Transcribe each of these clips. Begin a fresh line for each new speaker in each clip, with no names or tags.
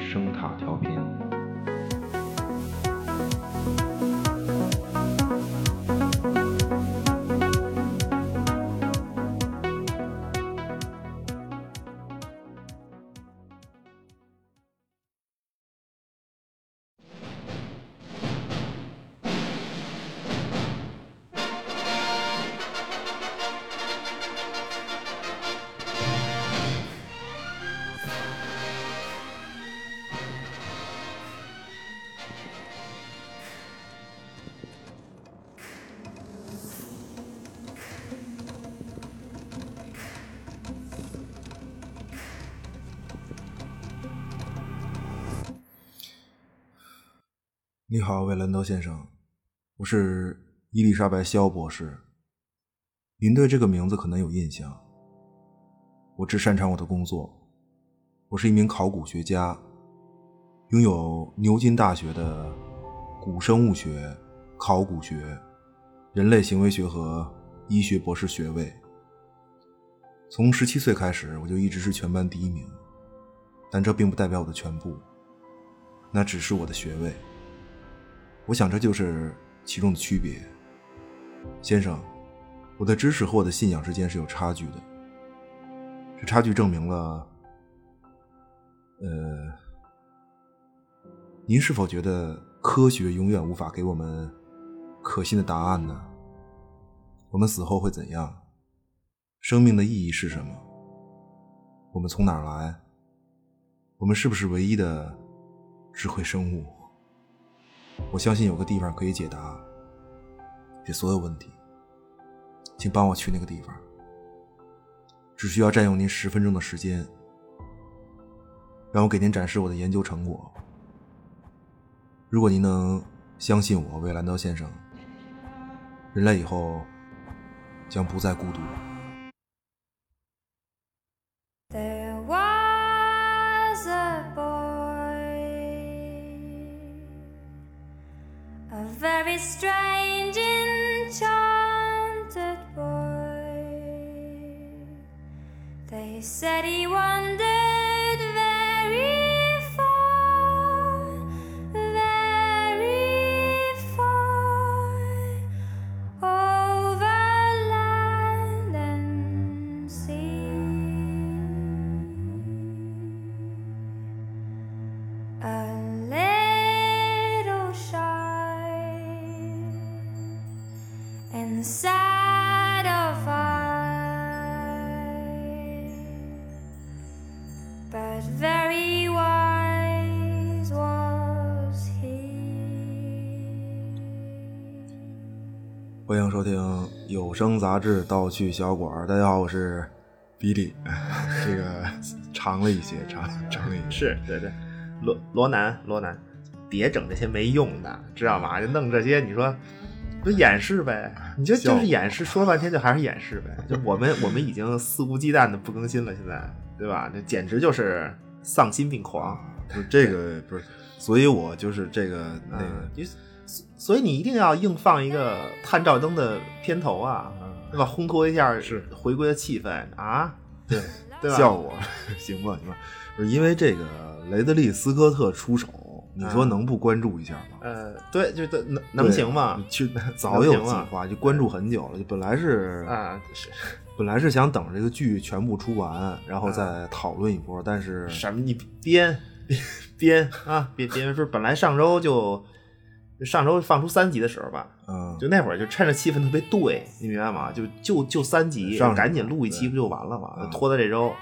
声塔调频。
你好，韦兰德先生，我是伊丽莎白·肖博士。您对这个名字可能有印象。我只擅长我的工作，我是一名考古学家，拥有牛津大学的古生物学、考古学、人类行为学和医学博士学位。从十七岁开始，我就一直是全班第一名，但这并不代表我的全部，那只是我的学位。我想这就是其中的区别。先生，我的知识和我的信仰之间是有差距的，这差距证明了，呃，您是否觉得科学永远无法给我们可信的答案呢？我们死后会怎样？生命的意义是什么？我们从哪儿来？我们是不是唯一的智慧生物？我相信有个地方可以解答这所有问题，请帮我去那个地方。只需要占用您十分钟的时间，让我给您展示我的研究成果。如果您能相信我，韦兰德先生，人类以后将不再孤独。
There was a boy, a very strange, enchanted boy. They said he wandered very far, very far over land and sea. A little shy and sad of eye, but very wise was he.
欢迎收听有声杂志《盗趣小馆儿》。大家好，我是比利。 这个长了一些，长长了一些。
是对对，罗罗南罗南，别整这些没用的，知道吗？就弄这些，你说就掩饰呗，你就
效
就
果
是掩饰，说半天就还是掩饰呗。就我们我们已经肆无忌惮的不更新了，现在对吧？这简直就是丧心病狂。
不是这个不是，所以我就是这个那个
嗯，你所所以你一定要硬放一个探照灯的片头啊，对吧？烘托一下
是
回归的气氛啊，对吧？
效果， 行吧行吧，不是因为这个雷德利·斯科特出手，你说能不关注一下吗？
呃，对，就能能嗯行吗？
去早有
能
计
行吗
划，就关注很久了。就本来是
啊，是
本来是想等这个剧全部出完，然后
嗯
再讨论一波，但是
什么？你 编编编啊！别别说，本来上周就就上周放出三集的时候吧，
嗯，
就那会儿就趁着气氛特别对，你明白吗？就就就三集
上，
赶紧录一期
对
不就完了吗？
嗯
就拖到这 周，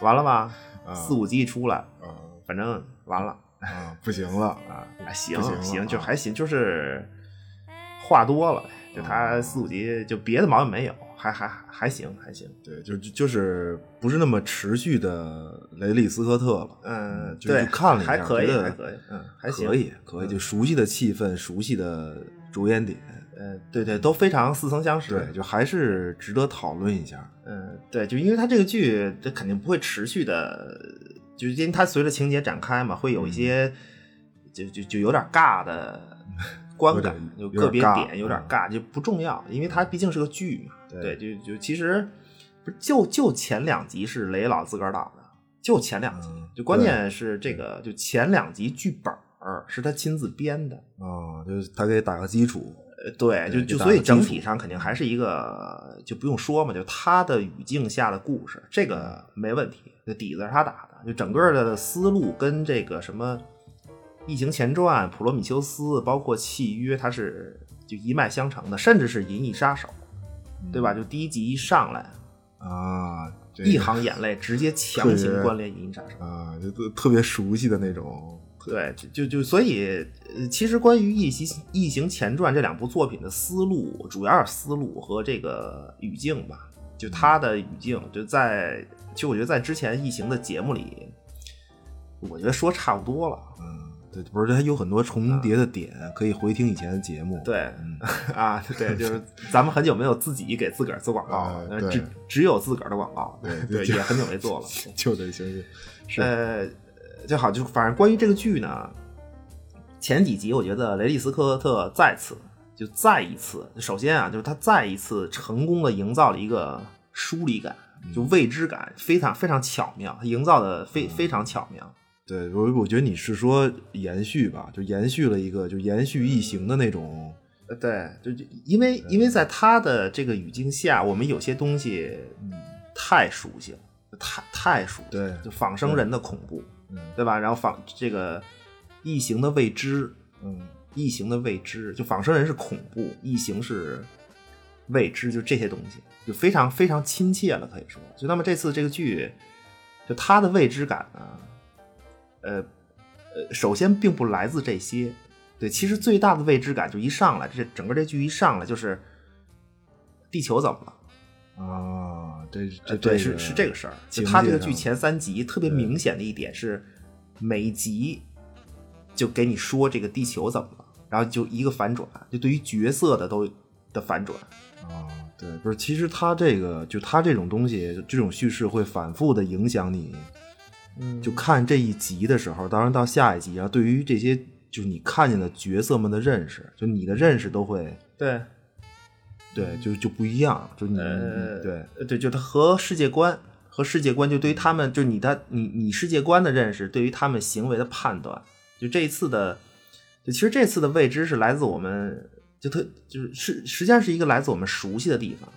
完了吧？
嗯
四五集一出来，
啊
反正完了
啊不行了，
啊！哎行
不行了
行，就
啊
还行，就是话多了，就
嗯
他四五集就别的毛病没有，还还还行还行。
对，就就就是不是那么持续的雷利·斯科特了。
嗯，
就
对，
就看了一下，
还可以，
觉得
还可以，嗯，还行，嗯
可以，可以，就熟悉的气氛，熟悉的着眼点，
呃，对对，都非常似曾相识。
对，就还是值得讨论一下。
嗯，对，就因为它这个剧，这肯定不会持续的，就是因为它随着情节展开嘛，会有一些，就就就有点 尬的观感，
嗯有点
就个别
有点尬嗯
点有点尬，就不重要，因为它毕竟是个剧嘛。
对
对，就就其实不是就就前两集是雷老自个儿导的，就前两集，
嗯
就关键是这个，就前两集剧本儿是他亲自编的，
啊，就是他给打个基础，
呃，对，就
对
就
就打
所以
个基
整
础
体上肯定还是一个，就不用说嘛，就他的语境下的故事，这个没问题，就底子是他打的，就整个的思路跟这个什么《异形前传》《普罗米修斯》，包括《契约》，它是就一脉相承的，甚至是《银翼杀手》，对吧？就第一集一上来，
啊，这
一行眼泪直接强
特
行
别
关联《银翼杀手》。
啊，就特特别熟悉的那种，
对，就就就所以，呃其实关于《异形异形前传》这两部作品的思路，主要是思路和这个语境吧。就它的语境，就在其实我觉得在之前《异形》的节目里，我觉得说差不多了。
嗯，对，不是，它有很多重叠的点，可以回听以前的节目，
嗯对
嗯，
啊，对，就是咱们很久没有自己给自个儿做广告
啊
了，呃
对
只只有自个儿的广告，
对
对，
就
也很久没做了。
就得行行，是
呃，就好，就反正关于这个剧呢，前几集我觉得雷利斯科特再次就再一次，首先啊，就是他再一次成功的营造了一个疏离感，就未知感，非常非常巧妙，营造的非非常巧妙。
对我我觉得你是说延续吧，就延续了一个就延续异形的那种，
呃对，就就因为因为在他的这个语境下，我们有些东西嗯太熟悉了，太太熟悉了，
对
就仿生人的恐怖，
嗯
对吧？然后仿这个异形的未知，
嗯
异形的未知，就仿生人是恐怖，异形是未知，就这些东西，就非常非常亲切了，可以说。就那么这次这个剧，啊就它的未知感呢，呃呃，首先并不来自这些，对，其实最大的未知感就一上来，这整个这剧一上来就是地球怎么了？
啊，这这
呃对，是是这个事儿。就它这个剧
情节上
前三集特别明显的一点是，每一集就给你说这个地球怎么了，然后就一个反转，就对于角色的都的反转。
啊，对，不是，其实它这个就它这种东西，这种叙事会反复的影响你，
嗯
就看这一集的时候，当然到下一集，然后对于这些就是你看见的角色们的认识，就你的认识都会
对，
对，就就不一样，就你、你嗯对
呃对，就它和世界观和世界观，就对于他们，就是你的你你世界观的认识，对于他们行为的判断，就这一次的，就其实这次的未知是来自我们，就特就是是实际上是一个来自我们熟悉的地方。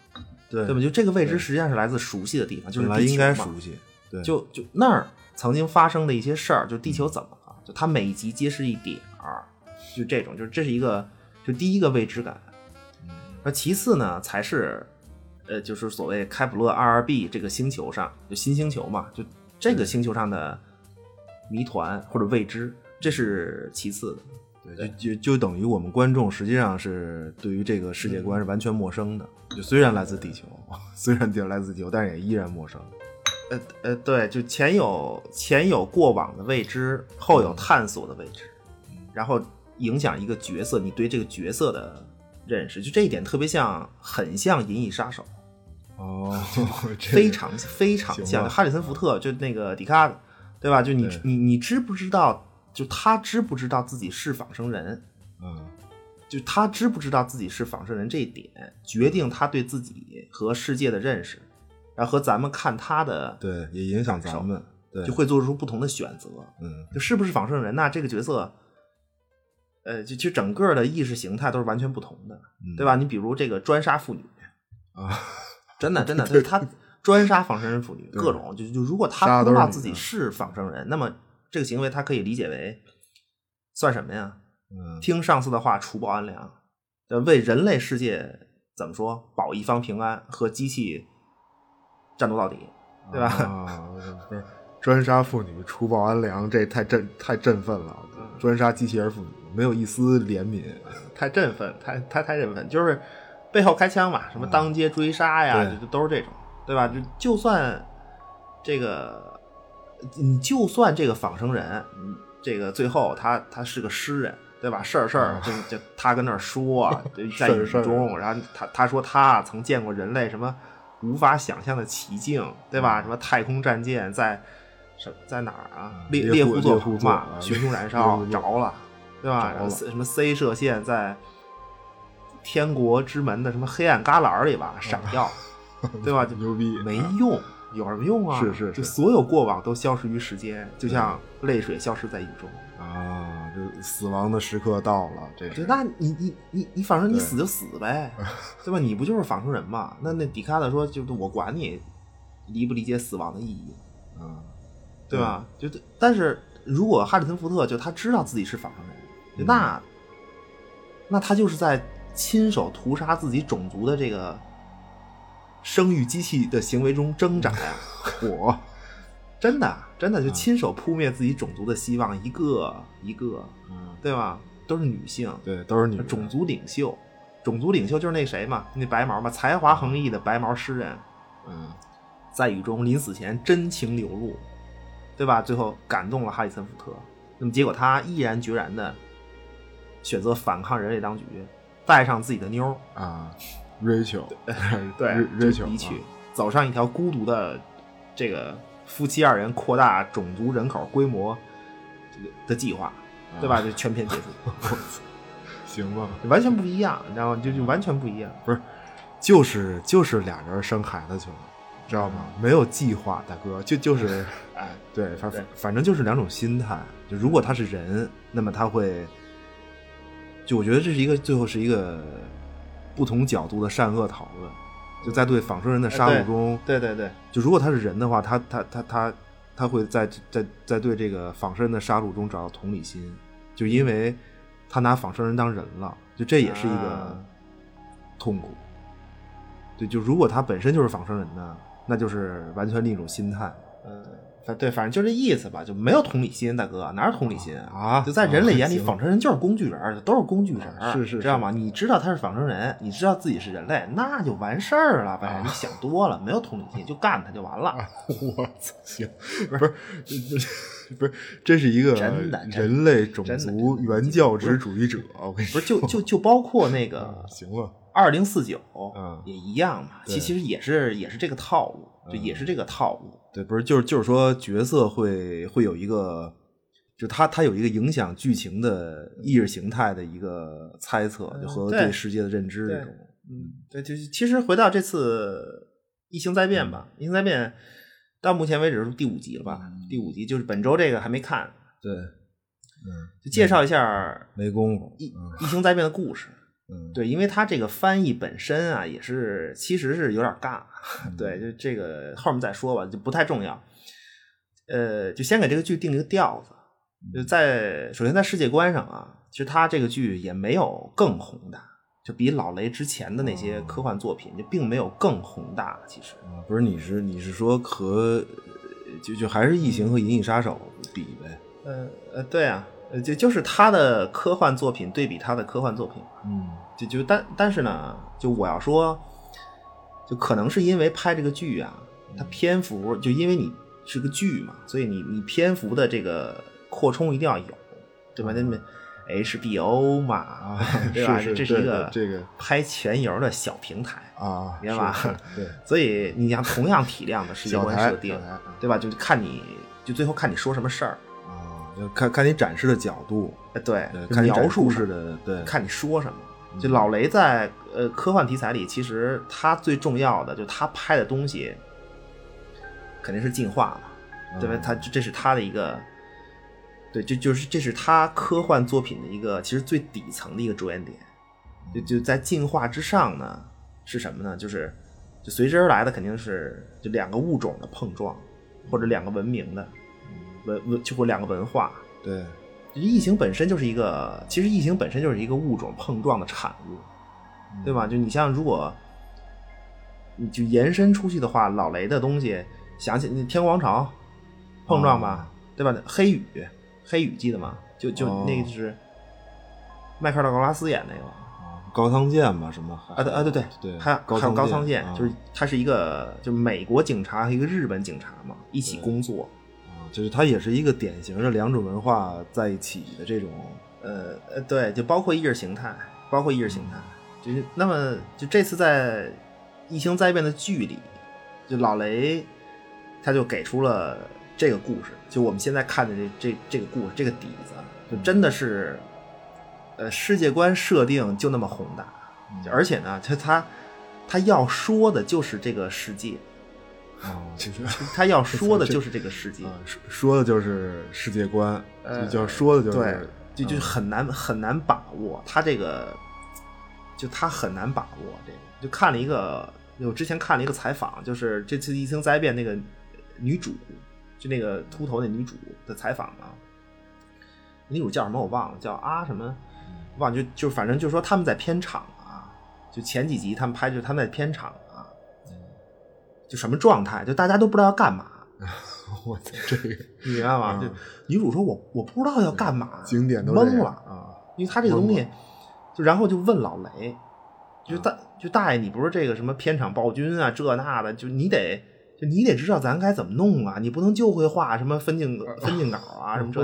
对
对吧？就这个位置实际上是来自熟悉的地啊方，就是
本来
地球
应该
嘛
熟悉，对，
就就那儿曾经发生的一些事儿，就地
嗯
球怎么了？就它每一集揭示一点儿，就这种，就是这是一个就第一个未知感。
嗯
那其次呢，才是呃，就是所谓开普勒二二 b 这个星球上，就新星球嘛，就
嗯
这个星球上的谜团或者未知，这是其次的。
对，就就就等于我们观众实际上是呃对于这个世界观
嗯
是完全陌生的，就虽然来自地球， 虽然地来自地球，但是也依然陌生。
呃呃，对，就前有前有过往的未知，后
嗯
有探索的未知，然后影响一个角色，你对这个角色的认识，就这一点特别像，很像《银 翼杀手
哦， 这》，
非常非常
行
像。
吧
就哈里森福特，就那个迪卡，对吧？就你
对
你你知不知道？就他知不知道自己是仿生人？
嗯
就他知不知道自己是仿生人这一点，决定他对自己和世界的认识，然后和咱们看他的，
对，也影响咱们，对，
就会做出不同的选择。
嗯
就是不是仿生人呐、这个角色，呃，就就整个的意识形态都是完全不同的，
嗯
对吧？你比如这个专杀妇女，
啊，
真的真 的，就是他专杀仿生人妇女，
对
各种就就如果
杀
他
的
通
都是
报
女
自己
的
是仿生人，那么这个行为他可以理解为算什么呀？
嗯
听上司的话，除暴安良，呃，为人类世界怎么说保一方平安，和机器战斗到底，对吧？
啊，不是专杀妇女除暴安良，这太振太振奋了，专杀机器人妇女，没有一丝怜悯。
太振奋，太太太振奋，就是背后开枪嘛，什么当街追杀呀，
嗯对
就都是这种，对吧？就就算这个，你就算这个仿生人，嗯这个最后他他是个诗人，对吧？事儿事儿
啊
就就他跟那 儿说，就在
事儿
雨
事儿
中，然后他他说他曾见过人类什么无法想象的奇境，对
嗯
吧？什么太空战舰在什在哪儿啊
啊？
猎
猎户
户座
猎户
棚
座
嘛
啊，
熊熊燃
猎
烧
户座
着了。对
着
吧？然后
了
C- 什么 C 射线在 天国之门的什么黑暗旮旯里吧闪耀，对吧？就
啊牛逼啊
没用，有什么用啊？
是是是嗯
就所有过往都消失于时间，就像泪水消失在雨中。
啊，这死亡的时刻到了，这
对，
是
那你你你你，反正你
对
死就死 呗，对吧？你不就是仿生人嘛？那那迪卡的说，就是我管你理不理解死亡的意义，
啊，
对吧？就但是如果哈里森福特就他知道自己是仿生人，就那那他就是在亲手屠杀自己种族的这个生育机器的行为中挣扎呀！我真的真的就亲手扑灭自己种族的希望，一个一个，
嗯，
对吧？都是女性，
对，都是女人
种族领袖，种族领袖就是那谁嘛，那白毛嘛，才华横溢的白毛诗人，
嗯
在雨中临死前真情流露，对吧？最后感动了哈里森福特，那么结果他毅然决然的选择反抗人类当局，带上自己的妞儿，
啊，Rachel，
就
Rachel 啊
离去，走上一条孤独的这个夫妻二人扩大种族人口规模这个的计划，对吧？就全篇结束，
啊行吧，
完全不一样，你知道吗？就就完全不一样。
就是就是俩人生孩子去了，知道吗？没有计划，大哥，就 就是，
哎，
对，反
对
反正就是两种心态。就如果他是人，那么他会，就我觉得这是一个最后是一个不同角度的善恶讨论。就在对仿生人的杀戮中，
哎对对对，
就如果他是人的话，他他他他他会在在在对这个仿生人的杀戮中找到同理心，就因为他拿仿生人当人了，就这也是一个
啊
痛苦。对，就如果他本身就是仿生人呢，那就是完全另一种心态。
嗯，反对，反正就这意思吧，就没有同理心，大哥哪有同理心
啊
就在人类眼里，
啊
仿生人就是工具人儿，都是工具人儿，
是是
知道吗？你知道他是仿生人，你知道自己是人类，那就完事儿了
啊
呗。你想多了，没有同理心就干他就完了。
我操，行，不是，不是，这是一个
真的真的
人类种
真的
族
真的
原教旨主义者。我跟你
不
说，
是，就就就包括那个
行了，
二零四九
嗯，
也一样嘛，
对嗯
其其实也是也是这个套路，就也是这个套路。
对，不是，就是就是说，角色会会有一个，就他他有一个影响剧情的意识形态的一个猜测，就和
嗯对
对世界的认知这
对
种。
嗯，对，就是其实回到这次《异形灾变》
嗯
吧，异形灾变》到目前为止是第五集了吧？第五集就是本周这个还没看，
对，嗯
就介绍一下
没功夫
异。异形灾变》的故事。
嗯，
对，因为它这个翻译本身啊，也是其实是有点尬。
嗯
对，就这个后面再说吧，就不太重要。呃，就先给这个剧定一个调子。
嗯
就在首先在世界观上啊，其实它这个剧也没有更宏大，就比老雷之前的那些科幻作品就并没有更宏大。其实，
啊，哦不是，你是你是说和呃就就还是异形和银翼杀手比呗？
呃呃，对啊，呃，就就是他的科幻作品对比他的科幻作品，
嗯
就就但但是呢，就我要说，就可能是因为拍这个剧啊，它
嗯
篇幅就因为你是个剧嘛，所以你你篇幅的这个扩充一定要有，对吧？那么 HBO 嘛，，
嗯啊
对吧？
是
这
对
一个
对这个
拍全游的小平台，
啊，
明白吧
是是 对，
所以你像同样体量的世界
小
观
台
设定
小，台嗯
对吧？就看你就最后看你说什么事儿，
啊，就看看你展示的角度，
呃对
对，，
就
看你
描
展
述
故
上
事的，对，
看你说什么。就老雷在呃科幻题材里，其实他最重要的就他拍的东西，肯定是进化了，对吧？
嗯
他这这是他的一个，对，这就是这是他科幻作品的一个其实最底层的一个着眼点，就就在进化之上呢，是什么呢？就是就随之而来的肯定是就两个物种的碰撞，或者两个文明的文文就或两个文化，
对，
异形本身就是一个，其实异形本身就是一个物种碰撞的产物，嗯对吧？就你像如果你就延伸出去的话，老雷的东西，想起那天国王
哦
朝碰撞吧，对吧？黑羽，黑羽记得吗？就就
哦
那个是迈克尔·道格拉斯演那个吧
啊高仓健嘛，什么
啊对啊对对
对，
还有还有高仓健，
啊
就是他是一个就美国警察和一个日本警察嘛，一起
对
工作，
啊，就是他也是一个典型的两种文化在一起的这 种，
呃呃，对，就包括意识形态，包括意识形态，就是那么就这次在《异星灾变》的剧里，就老雷他就给出了这个故事，就我们现在看的这这这个故事这个底子，就真的是，呃，世界观设定就那么宏嗯哦大，就而且呢，他他他要说的就是这个世界，
啊，就是
他要说的就是这个嗯世界，
啊，说说的就是世界观，
呃
就要说的就是嗯
对，就就很难很难把握他这个，就他很难把握这个。就看了一个，我之前看了一个采访，就是这次疫情灾变那个女主，就那个秃头那女主的采访嘛。女主叫什么我忘了，叫啊什么，忘了就就反正就说他们在片场啊，就前几集他们拍就是他们在片场啊，就什么状态，就大家都不知道要干嘛，
我操，这 个
你明白吗？
嗯
啊就女主说我我不知道要干嘛，
景点嗯都啊
懵了，
了
因为他这个东西，就然后就问老雷，就
啊
大就大爷，你不是这个什么片场暴君啊，这那的，就你得就你得知道咱该怎么弄啊，你不能就会画什么分镜分镜稿啊，什么这，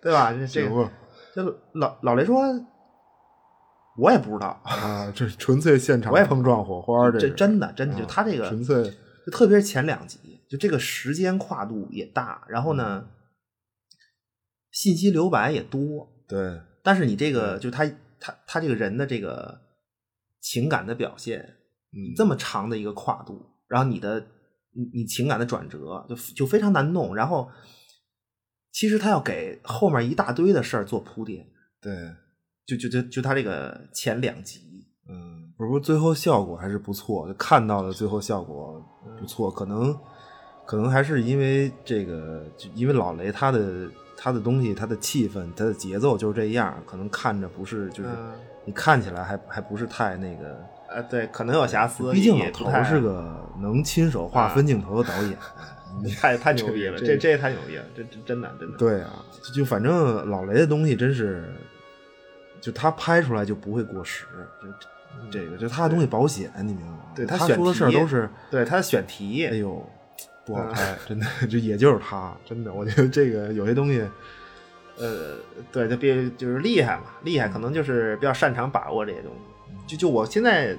对吧？这
啊，
这
行
个
吧
这老老雷说，我也不知道，
啊，这纯粹现场
我也
碰撞火花，
这
是
真的真的
啊
就他这个
纯粹
就特别是前两集，就这个时间跨度也大，然后
嗯
呢，信息留白也多，
对，
但是你这个就他他他这个人的这个情感的表现，
嗯，
这么长的一个跨度，然后你的你你情感的转折就就非常难弄，然后其实他要给后面一大堆的事儿做铺垫，
对，
就就就就他这个前两集，
嗯，不过最后效果还是不错，就看到了最后效果不错，可能可能还是因为这个，就因为老雷他的他的东西，他的气氛，他的节奏就是这样，可能看着不是就是、
嗯
你看起来还还不是太那个，
呃，对，可能有瑕疵，
毕竟
也
老
不
头
太
是个能亲手画分镜头的导演，
太太牛逼了，
这
这这太牛逼了，这这真的真的。
对啊，就就反正老雷的东西真是，就他拍出来就不会过时，就这
嗯
这个就他的东西保险，你明白吗？
对
他
他选
说的事儿
题
都是。
对他的选题，
哎呦，不好拍，真的，就也就是他，真的，我觉得这个有些东西，
呃，对，就别就是厉害嘛，厉
嗯
害可能就是比较擅长把握这些东西。就就我现在，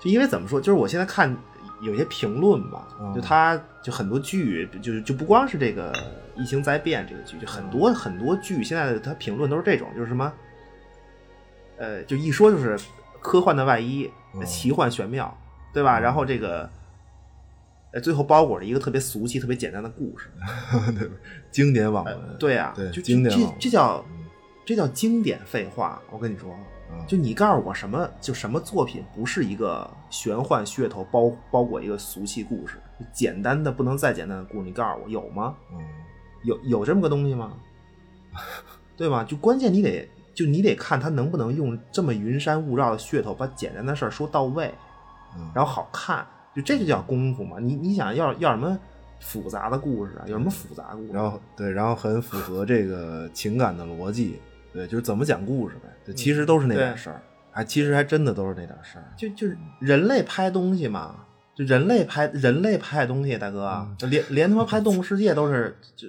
就因为怎么说，就是我现在看有些评论吧，
嗯
就他就很多剧，就就不光是这个《疫情灾变》这个剧，就很
嗯
多很多剧现在他评论都是这种，就是什么，呃，就一说就是科幻的外衣
嗯，
奇幻玄妙，对吧？然后这个。呃，最后包裹着一个特别俗气、特别简单的故事，
对吧经典网文，
对啊，
嗯对
就
经典
这
网文
这叫
嗯
这叫经典废话。我跟你说，啊
嗯
就你告诉我什么就什么作品不是一个玄幻噱头包包裹一个俗气故事，简单的不能再简单的故事，你告诉我有吗？
嗯，
有有这么个东西吗？ 对吧？就关键你得就你得看他能不能用这么云山雾绕的噱头把简单的事儿说到位，
嗯
然后好看，就这就叫功夫嘛。你你想要要什么复杂的故事啊？有什么复杂故事？嗯
然后对，然后很符合这个情感的逻辑，对，就是怎么讲故事呗，对，其实都是那点
嗯对
事儿，还其实还真的都是那点事儿，
就就是人类拍东西嘛，就人类拍人类拍的东西，大哥，啊就连连他妈拍《动物世界》都是就，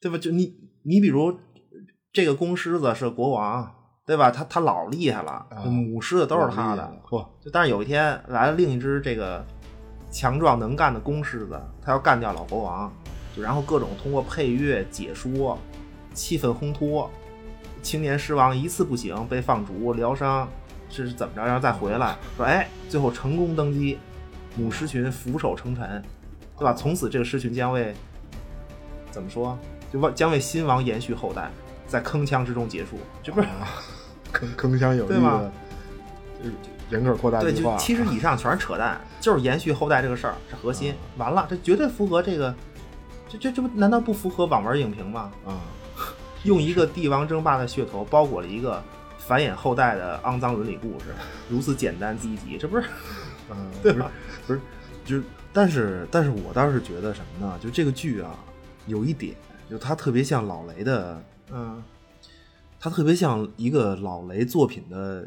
对吧？就你你比如这个公狮子是国王，对吧？他他老厉害了，
啊
就母狮子都是他
有意
的
思。，嚯，
就但是有一天来了另一只这个强壮能干的公狮子，他要干掉老国王，就然后各种通过配乐解说，气氛烘托。青年狮王一次不行，被放逐疗伤，是怎么着？然后再回来，说哎，最后成功登基，母狮群俯首称臣，对吧？从此这个狮群将为怎么说？就为将为新王延续后代，在铿锵之中结束，这不是
啊 铿铿锵有力
对吧
的，就是人口扩大
对，
计
就
划，
其实以上全是扯淡，就是延续后代这个事儿是核心。
啊
完了，这绝对符合这个，这这这不难道不符合网文影评吗？
啊，
用一个帝王争霸的噱头包裹了一个繁衍后代的肮脏伦理故事，如此简单积极，这不是
嗯，
对
不是
吧？
不是， 就是，但是，但是我倒是觉得什么呢？就这个剧啊，有一点，就它特别像老雷的，
嗯
它特别像一个老雷作品的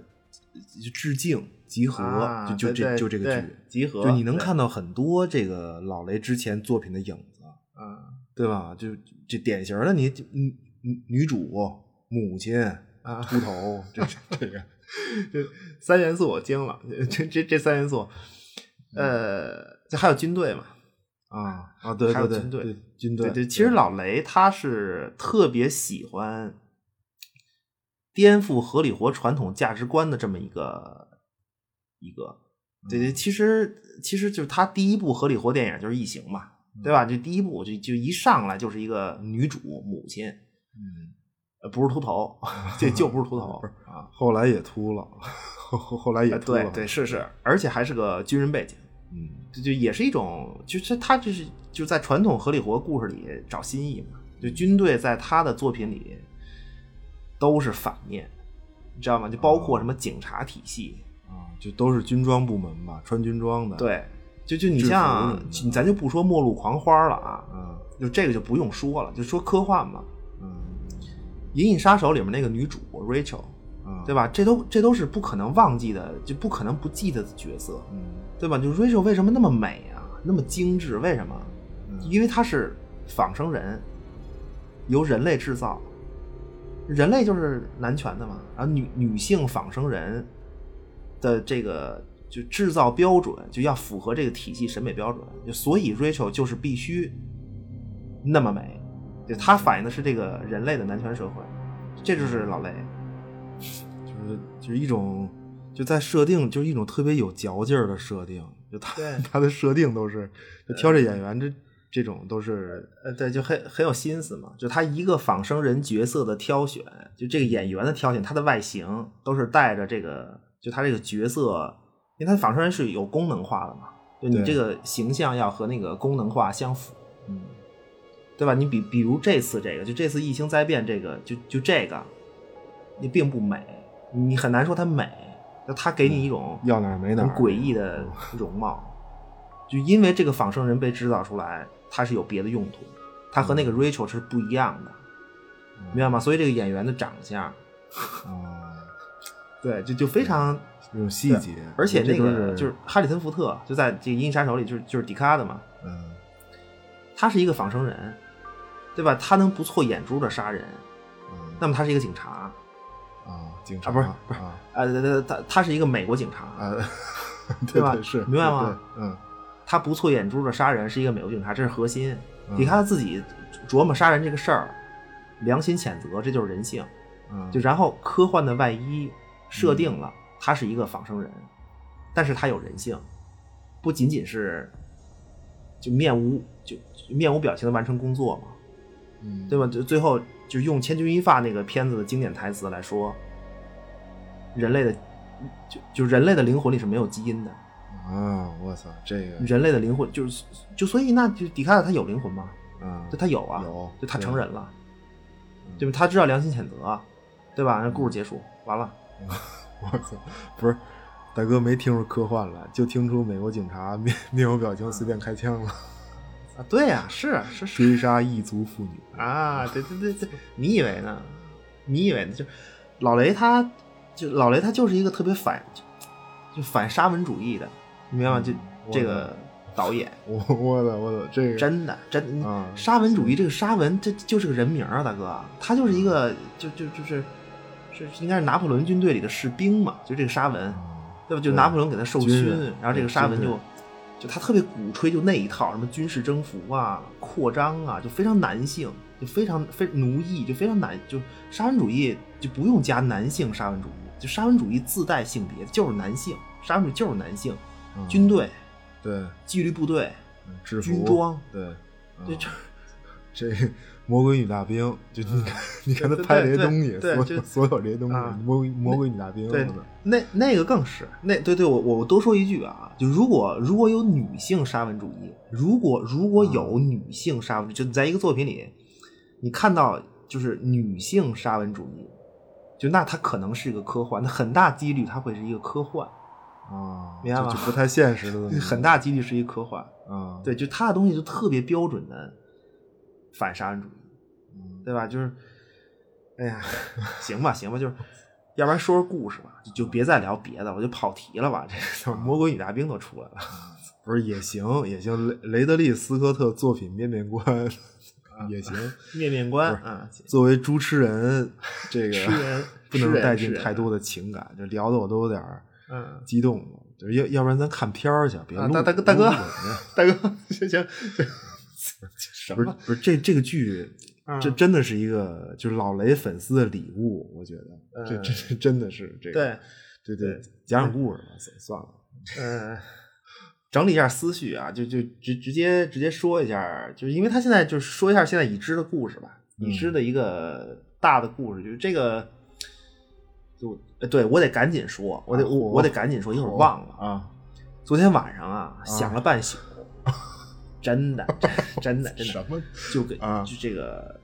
就致敬集合，
啊
就就
对
这
对
就这个
对
剧
集合
就你能
对
看到很多这个老雷之前作品的影子，
嗯
对吧？就这典型的你女女女主、母亲、
啊
秃头， 这这这个，
这三元素我惊了，这这这三元素，
嗯
呃，这还有军队嘛？
啊啊，对
还有
对对，
军队
对军队
对对，其实老雷他是特别喜欢颠覆合理活传统价值观的这么一个一个对，其实其实就是他第一部合理活电影就是《异形》嘛，对吧？就第一部就就一上来就是一个女主母亲，
嗯，
呃不是秃头， 这就不 是秃头啊，
后来也秃了，后后后来也秃了，
呃对对，是是，而且还是个军人背景，
嗯
就就也是一种，就是他就是就在传统合理活故事里找新意嘛。
嗯
就军队在他的作品里都是反面，你知道吗？就包
哦
括什么警察体系，
啊，就都是军装部门吧，穿军装的，，
对，就就你
制服
像
什么的
你咱就不说末路狂花了啊，
嗯
就这个就不用说了，就说科幻嘛，
嗯
《银翼杀手》里面那个女主 Rachel，
嗯，
对？吧？这都这都是不可能忘记的，就不可能不记得的角色，
嗯
对吧？就 Rachel 为什么那么美啊，那么精致？为什么？
嗯
因为它是仿生人，由人类制造，人类就是男权的嘛，然后女女性仿生人的这个就制造标准就要符合这个体系审美标准，就所以 Rachel 就是必须那么美，就它反映的是这个人类的男权社会，这就是老雷，
就是就是一种就在设定，就是一种特别有嚼劲儿的设定，就他
对
他的设定都是就挑这演员这这种都是
呃，对，就很很有心思嘛，就他一个仿生人角色的挑选，就这个演员的挑选，他的外形都是带着这个，就他这个角色，因为他仿生人是有功能化的嘛，就你
对
这个形象要和那个功能化相符，
嗯
对吧？你比比如这次这个，就这次异星灾变这个，就就这个，你并不美，你很难说它美，就它给你一种
嗯要哪儿没哪
很
儿，
诡异的容貌， 就因为这个仿生人被制造出来，它是有别的用途，它和那个 Rachel 是不一样的，
嗯
明白吗？所以这个演员的长相，
啊，
对，就就非常，
这种细节，
而且
这
那
都
个
是
嗯就是哈里森福特就在这个《银翼杀手》里，就是就是迪卡的嘛，
嗯
他是一个仿生人，对吧？他能不错眼珠的杀人，
嗯
那么他是一个警察，
啊警察
啊不是不
是啊
呃，他他他是一个美国警察，
啊
对 吧
对是
明白吗
对对嗯
他不错眼珠的杀人是一个美国警察，这是核心。
嗯
你看他自己琢磨杀人这个事儿，良心谴责，这就是人性。
嗯
就然后科幻的外衣设定了，他是一个仿生人，但是他有人性，不仅仅是就面无就就面无表情的完成工作嘛，
嗯
对吧？就最后就用《千钧一发》那个片子的经典台词来说，人类的就就人类的灵魂里是没有基因的，
啊我操这个
人类的灵魂就是就所以那就迪卡尔他有灵魂吗？
啊
就他有啊，
有
就他
对嗯
成人了，对吧？他知道良心谴责，对吧？那故事结束完了，
我操，不是，大哥没听出科幻来，就听出美国警察面面无表情随便开枪了，
啊，对呀、是是是
追杀异族妇女。
啊，对对对对，你以为呢？你以为呢？就老雷他，就老雷他就是一个特别反，就就反沙文主义的，你明白吗？就
嗯我
这个导演，
我我的我的这个
真的真的
啊
沙文主义这个沙文，这这就是个人名啊，大哥，他就是一个就就就是是应该是拿破仑军队里的士兵嘛，就这个沙文，
啊
对吧？就
对
拿破仑给他授
军
勋
人，
然后这
对
个沙文
军
就
人
就他特别鼓吹就那一套，什么军事征服啊、扩张啊，就非常男性，就非常非奴役，就非常男，就沙文主义就不用加男性沙文主义，就沙文主义自带性别，就是男性，沙文主义就是男性，
嗯
军队、
对
纪律部队，
嗯制服
军装
对，啊
对，就
这 个魔鬼女大兵，就你看你看他
对对
拍这些
对
东西，
对
所
就
有所有这些东西
啊，
魔鬼魔鬼女大兵
对
什么的，
那那个更是那对对，我我我多说一句啊，就如果如果有女性沙文主义，如果如果有女性沙文主义，就你在一个作品里，你看到就是女性沙文主义，就那它可能是一个科幻，那很大几率它会是一个科幻，
啊，
明白吗
就就不太现实的东西，
很大几率是一个科幻。
啊，
对，就它的东西就特别标准的反沙文主义，
嗯，
对吧？就是，哎呀，行吧行吧，就是。要不然说说故事吧，就就别再聊别的，我就跑题了吧。这魔鬼女大兵都出来了，
不是也行也行，雷雷德利·斯科特作品面面观
啊
也行，
面面观
不是
啊，
作为主持人，这
吃
个
人
不能带进
吃人啊
太多的情感，就聊的我都有点儿
嗯，
激动了。就是要要不然咱看片儿去，别
啊
录。
大大哥大哥
别 录了
大哥，行行，什
不是不是这这个剧，这
嗯
真的是一个就是老雷粉丝的礼物，我觉得这这这真的是这个
嗯对
对对，讲讲故事吧，算算了，
呃，整理一下思绪啊，就就直直接直接说一下，就是因为他现在就是说一下现在已知的故事吧，
嗯
已知的一个大的故事，就是这个，就呃对我得赶紧说，我得、
啊
我
好
我得赶紧说，一会儿忘了。
啊，
昨天晚上啊，想了 半宿，真的真的真的
什么
就给、
啊
就这个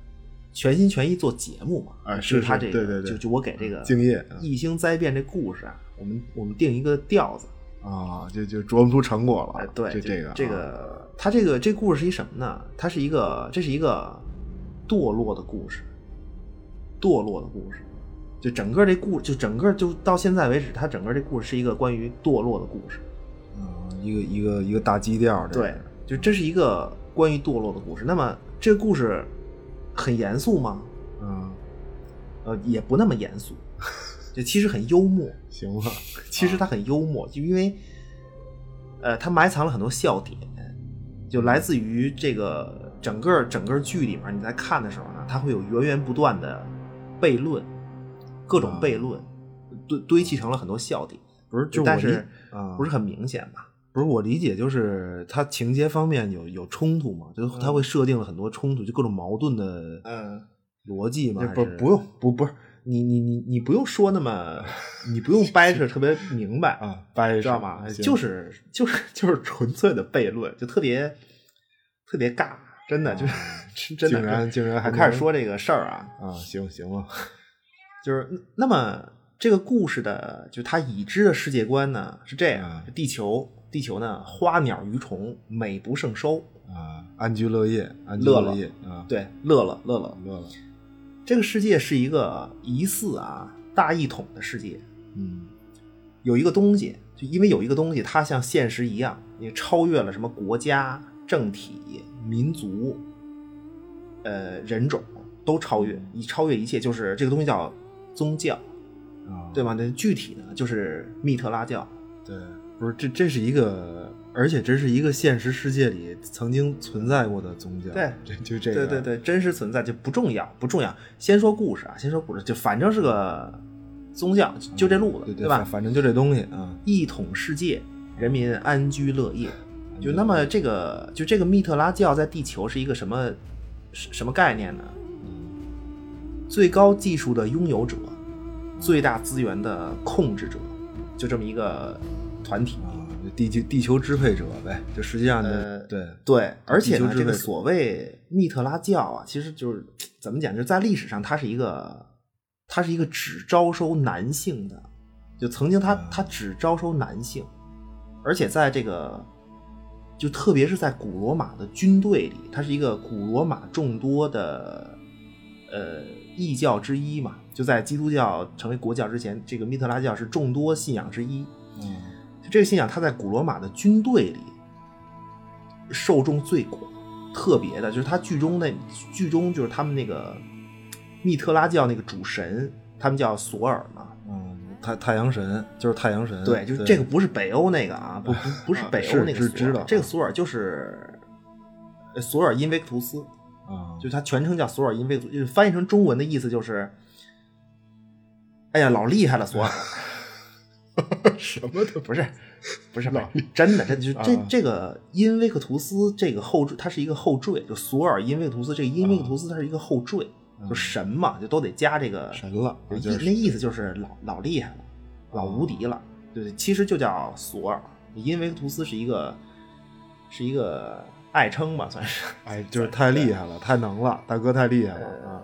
全心全意做节目嘛，
啊
就是他
是
这个
对对对
就就我给这个
敬业啊
异星灾变这故事啊，我们我们定一个调子。
啊？就就琢磨出成果
哎
了，，
对，
就
就
这个
这
啊
个，它这个这故事是一什么呢？它是一个，这是一个堕落的故事，堕落的故事。就整个这故，就整个就到现在为止，它整个这故事是一个关于堕落的故事。
嗯一个一个一个大基调，这
对
是，
就这是一个关于堕落的故事。那么这个故事很严肃吗？
嗯，
呃，也不那么严 肃，就其实很幽默。
行吧，
其实它很幽默，就因为，呃，它埋藏了很多笑点，就来自于这个整个整个剧里面，你在看的时候呢，它会有源源不断的悖论，各
啊
种悖论堆堆砌成了很多笑点，
不是，就
但
我
是
理啊，
不是很明显吧？
不是我理解，就是它情节方面有有冲突嘛，就是它
嗯
会设定了很多冲突，就各种矛盾的
嗯，
逻辑嘛，还
不
是
不用不不是你你你你不用说 那么，你不用掰扯特别明白
啊，掰扯
知道吗？
行
就是 就是就是纯粹的悖论，就特别特别尬，真的就是、 真的。
啊竟然竟哦然还
我开始
能
说这个事儿啊，
啊，行行吧，
就是那么这个故事的，就它已知的世界观呢是这样：
啊
地球地球呢花鸟鱼虫美不胜收，
啊，安居乐业，安居乐
乐了
业啊，
对，乐了乐了。
乐了，
这个世界是一个疑似啊大一统的世界，
嗯
有一个东西，就因为有一个东西，它像现实一样，也超越了什么国家、政体、民族、呃人种都超
嗯
越，以超越一切，就是这个东西叫宗教，
啊，
对吗？那具体呢，就是密特拉教。
对，不是这这是一个，而且这是一个现实世界里曾经存在过的宗教，
对
这就这
对
个，啊
对对，真实存在就不重要，不重要。先说故事啊，先说故事，就反正是个宗教，就就这路子，
嗯对
吧？
反反正就这东西啊，
一统世界，人民安居乐业。就那么这个，就这个密特拉教在地球是一个什么什什么概念呢？最高技术的拥有者，最大资源的控制者，就这么一个团体。
啊，就地球地球支配者呗，就实际上
呃
就对，
对，而且
地球
呢，
支配
这个
者
所谓密特拉教啊，其实就是怎么讲，就是在历史上它是一个，它是一个只招收男性的，就曾经它
啊
它只招收男性，而且在这个，就特别是在古罗马的军队里，它是一个古罗马众多的呃异教之一嘛，就在基督教成为国教之前，这个密特拉教是众多信仰之一。
嗯
就这个信仰，它在古罗马的军队里受众最广，特别的就是它剧中的剧中就是他们那个密特拉教那个主神，他们叫索尔嘛。
嗯，太太阳神就是太阳神，
对，就是这个不是北欧那个啊，不不不是北欧那
嗯
个
是
索
是
尔，
知道
这个索尔就是呃索尔因维克图斯，
啊，
就是它全称叫索尔因维克图，就是翻译成中文的意思就是，哎呀，老厉害了，索尔。
什么都
不是，不是，不是，真的，真的就这
啊
这个因维克图斯这个后缀，它是一个后缀，就索尔因维克图斯这个因维克图斯它是一个后缀，就神嘛，就都得加这个
嗯神了，
就
就
意
是
那意思就是老老厉害了，老无敌了，对对，其实就叫索尔，因维克图斯是一个是一个爱称吧，算是。
哎，就是太厉害了，太能了，大哥太厉害了
呃
啊，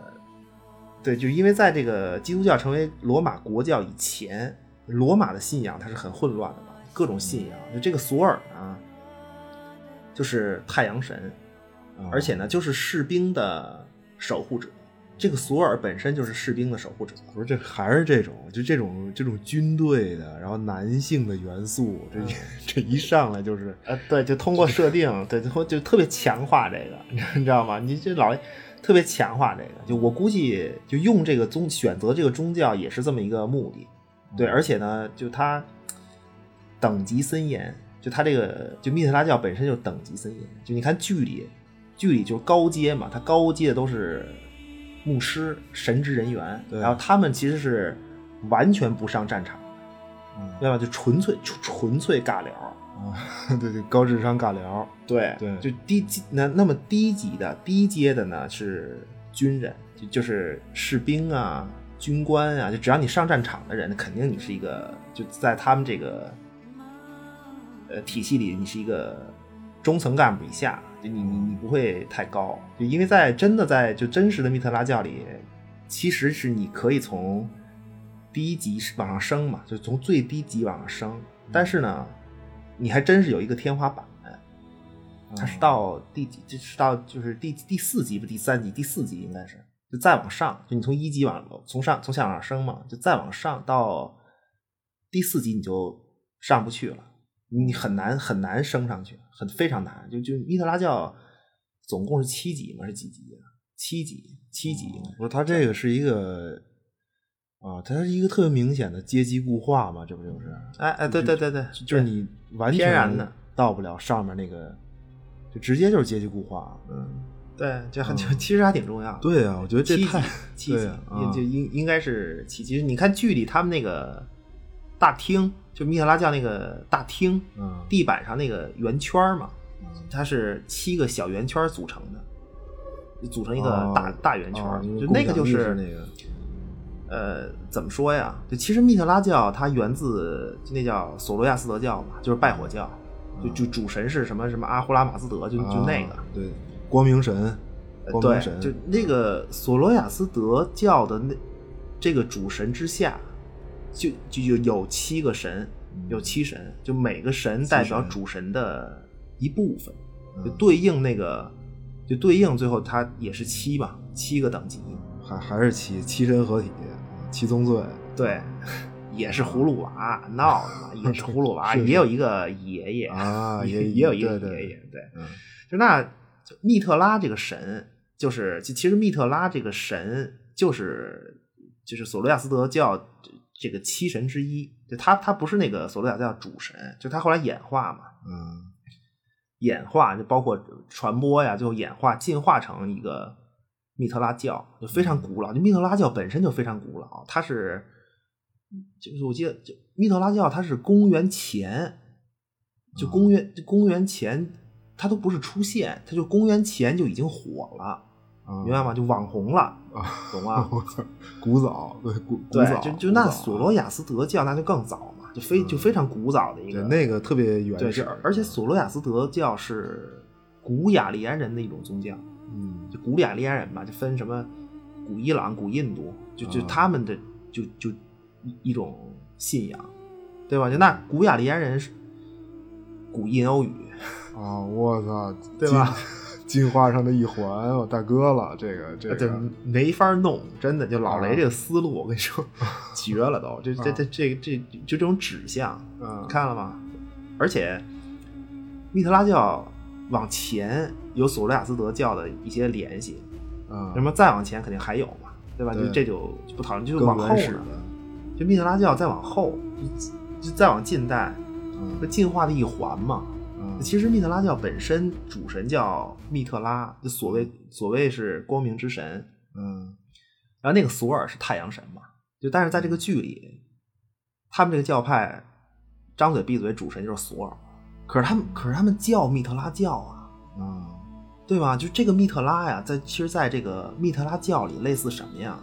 对，就因为在这个基督教成为罗马国教以前，罗马的信仰它是很混乱的嘛，各种信仰。就这个索尔呢，就是太阳神，
啊
而且呢，就是士兵的守护者。这个索尔本身就是士兵的守护者，
不是这还是这种，就这种这种军队的，然后男性的元素，这、 这一上来就是
嗯呃，对，就通过设定，对，就就特别强化这个， 你知道吗？你这老特别强化这个，就我估计就用这个宗选择这个宗教也是这么一个目的，
嗯
对，而且呢，就它等级森严，就它这个就密特拉教本身就等级森严，就你看剧里，剧里就是高阶嘛，它高阶的都是牧师、神职人员，
对
然后他们其实是完全不上战场的。
嗯
对吧？就纯粹纯纯粹尬聊，
啊， 对对，高智商尬聊，
对
对
就低级那那么低级的低阶的呢是军人，就就是士兵啊、军官啊，就只要你上战场的人，肯定你是一个就在他们这个呃体系里，你是一个中层干部以下，就你你你不会太高，就因为在真的在就真实的密特拉教里，其实是你可以从低级往上升嘛，就从最低级往上升，但是呢，你还真是有一个天花板。它是到第几？这是到就是第第四级不？第三级？第四级应该是就再往上，就你从一级往从上从下往上升嘛，就再往上到第四级你就上不去了，你很难很难升上去，很非常难。就就密特拉教总共是七级嘛，是几级啊？七级，七级应该是。
不是他这个是一个啊，它是一个特别明显的阶级固化嘛，这不就是？
哎哎，对对对对，
就就是你完全
天然的
到不了上面那个，就直接就是阶级固化。
嗯，对，这很、就其实还挺重要的。
对啊，我觉得这
七
太
级七级
对啊，
应
啊
就应应该是七级。你看剧里他们那个大厅，就密特拉教那个大厅，
嗯
地板上那个圆圈儿嘛，
嗯
它是七个小圆圈儿组成的，组成一个
哦
大、大圆圈儿，
哦因为
就
共
那个
享
就
力
是
是那个
呃，怎么说呀？就其实密特拉教它源自就那叫索罗亚斯德教嘛，就是拜火教，就就主神是什么什么阿胡拉马斯德，就就那个。
嗯啊对光明神，
呃
光明神
对，就那个索罗亚斯德教的那这个主神之下，就就有有七个神，
嗯
有七神，就每个神代表主神的一部分，就
嗯
对应那个，就对应最后它也是七嘛，七个等级，
还还是七七神合体，七宗罪。
对，也是葫芦娃闹的嘛，也是葫芦娃，
是是
也有一个爷爷
啊
也
也
也有一个
对对
爷爷，对。
嗯
就那就密特拉这个神，就是其其实密特拉这个神就是就是索罗亚斯德教这这个七神之一，就他他不是那个索罗亚斯德教主神，就他后来演化嘛，
嗯
演化就包括传播呀，最后演化进化成一个密特拉教，就
嗯
非常古老。就密特拉教本身就非常古老，它是就是我记得就密特拉教它是公元前，就
哦
公元、就公元前它都不是出现，它就公元前就已经火了，
啊，
明白吗？就网红了，
啊，
懂吗？
我操， 古早对古古
对，
早
就就
古
那
早啊嗯
索罗亚斯德教那就更早嘛，就非、就非常古早的一
对
个
那个特别
对，
原始啊
就，而且索罗亚斯德教是古雅利安人的一种宗教，
嗯
就古雅利安人吧，就分什么古伊朗、古印度，就就
啊
他们的就就一一种信仰，对吧？就那古雅利安人是古印欧语，
啊，我操，
对吧
进？进化上的一环，我大哥了，这个这
呃就
个，
没法弄，真的就老雷
啊
这个思路，我跟你 说绝了都，这这这这这就这种指向，
嗯
你看了吗？而且密特拉教往前有索罗亚斯德教的一些联系，
啊，
那么再往前肯定还有嘛，对吧？
对
就这就就不讨论，就是
更
往后
原始
呢，
的，
就密特拉教再往后，就就再往近代，
嗯
不进化的一环嘛。
嗯
其实密特拉教本身主神叫密特拉，就所谓所谓是光明之神，
嗯
然后那个索尔是太阳神嘛，就但是在这个剧里，他们这个教派张嘴闭嘴主神就是索尔，可是他们可是他们叫密特拉教啊，
嗯
对吧？就这个密特拉呀，在其实在这个密特拉教里类似什么呀？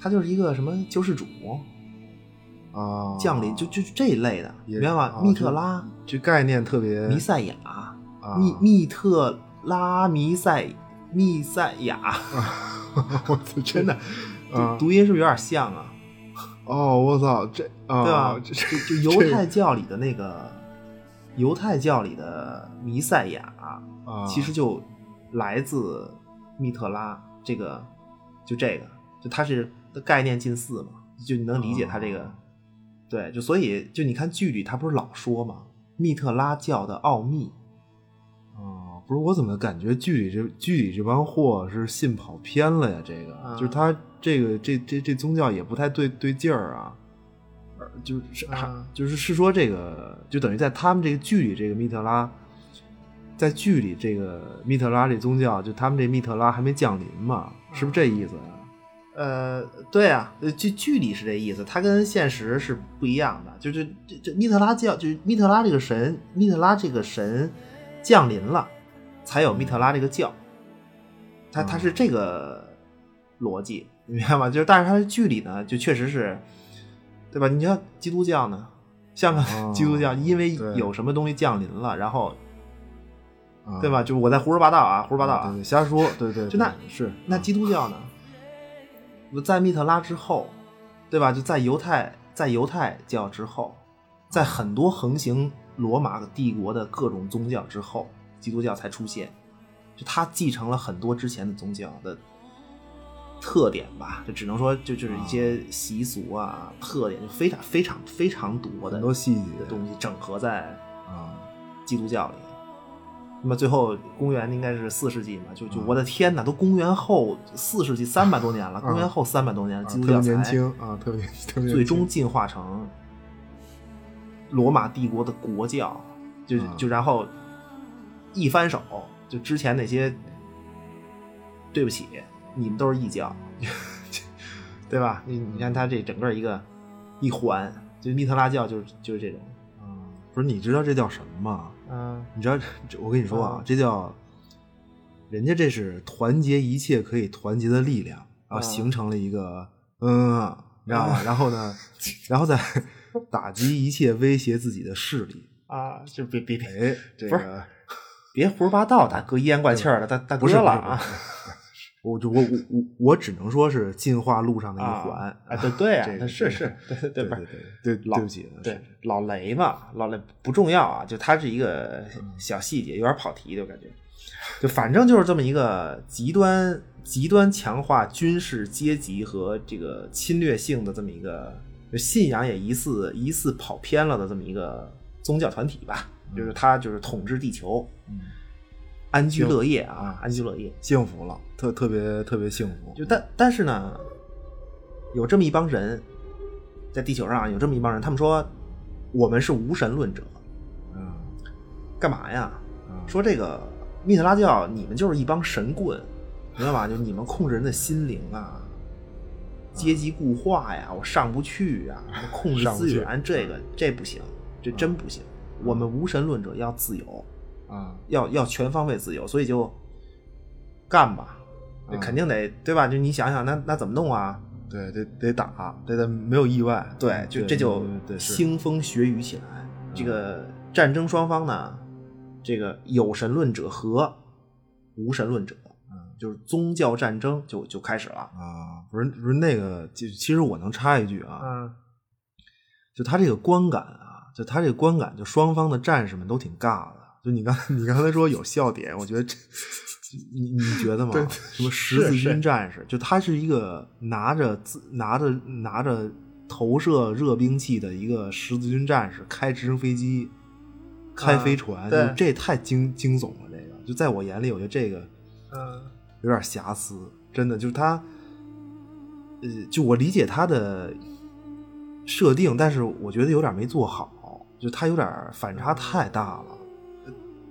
他就是一个什么救世主
啊，
降临，就就就这一类的，
也
明白吗？
啊
密特拉、
这概念特别
弥赛亚、
啊
密密特拉弥赛密赛亚，
啊， 我操，
真的，
啊
读读音是不是有点像啊？
哦，我操，这啊，
对吧？
这
就就犹太教里的那个犹太教里的弥赛亚，
啊，
其实就来自密特拉这个，就这个，就它是概念近似嘛，就你能理解它这个，
哦
对，就所以就你看剧里他不是老说嘛，密特拉教的奥秘，
啊，不是我怎么感觉剧里这剧里这帮货是信跑偏了呀？这个、
啊
就是他这个这这这宗教也不太对对劲儿啊，呃就是、
啊
就是是说这个就等于在他们这个剧里这个密特拉，在剧里这个密特拉这宗教就他们这密特拉还没降临嘛，是不是这意思啊？
嗯呃，对啊，呃剧剧里是这意思，它跟现实是不一样的。就是这这密特拉教，就是密特拉这个神，密特拉这个神降临了，才有密特拉这个教。它
嗯
它是这个逻辑，你明白吗？就是，但是它剧里呢，就确实是，对吧？你像基督教呢，像个
哦
基督教，因为
对
有什么东西降临了，然后
啊
对吧？？就是我在胡说八道啊，胡
不
说八道
对
啊
对，。瞎说，对对，
就那
对是啊
那基督教呢？我在密特拉之后，对吧？就在犹太，在犹太教之后，在很多横行罗马帝国的各种宗教之后，基督教才出现。就它继承了很多之前的宗教的特点吧，就只能说就就是一些习俗啊、特点，就非常非常非常多的
很多细
的
节
东西整合在
啊，
基督教里。那么最后，公元应该是四世纪嘛，就
嗯
就我的天哪，都公元后四世纪三百多年了，
嗯
公元后三百多年了，
啊
基督
特别
教
年
才
轻啊，特别特别年轻
最终进化成罗马帝国的国教，就
嗯
就然后一翻手，就之前那些对不起，你们都是 异教，对吧？你你看他这整个一个一环，就密特拉教就是就是这种，
啊不是你知道这叫什么吗？
嗯
你知道，这我跟你说啊
啊，
这叫人家这是团结一切可以团结的力量，然后
啊
形成了一个嗯，你知道吗？然后呢，然后再打击一切威胁自己的势力。
啊，就别别别
哎，这
不
个
别胡说八道，大哥阴阳怪气儿的，大大
不
哥
是
了啊！
不是不是我我我我我只能说是进化路上的一
啊
环。
啊，对对啊
这，个
那是是，对对
对
不
对
是
对对，
老
对不起，
对老雷嘛，老雷不重要啊，就他是一个小细节，有点跑题的我感觉，就反正就是这么一个极端极端强化军事阶级和这个侵略性的这么一个就信仰也疑似疑似跑偏了的这么一个宗教团体吧，就是他就是统治地球，
嗯
安居乐业
啊
啊，安居乐业。
幸福了，特特别特别幸福。
就但但是呢，有这么一帮人，在地球上啊有这么一帮人，他们说我们是无神论者，
嗯
干嘛呀？
嗯
说这个密特拉教，你们就是一帮神棍，明白吧？就你们控制人的心灵啊，阶级固化呀，我上不去呀、控制
上不
资
去
源这个这不行，这真不行。我们无神论者要自由，
啊
要要全方位自由，所以就干吧，
啊
肯定得对吧？就你想想，那那怎么弄啊？
对，得得打，得得没有意外。嗯
对，就这就
对对是嗯
腥风血雨起来。这个战争双方呢，这个有神论者和无神论者，
嗯
就是宗教战争就就开始了。
啊，不是不是那个，就其实我能插一句啊，
嗯
就他这个观感啊，就他这个观感，就双方的战士们都挺尬的。就你刚你刚才说有笑点，我觉得这你你觉得吗？
对对
什么十字
是是
军战士，就他是一个拿着自拿着拿着投射热兵器的一个十字军战士，开直升飞机，开
啊
飞船，
对
就这也太惊惊悚了。这个就在我眼里，我觉得这个。
嗯
有点瑕疵，真的就是他，呃，就我理解他的设定，但是我觉得有点没做好，就他有点反差太大了。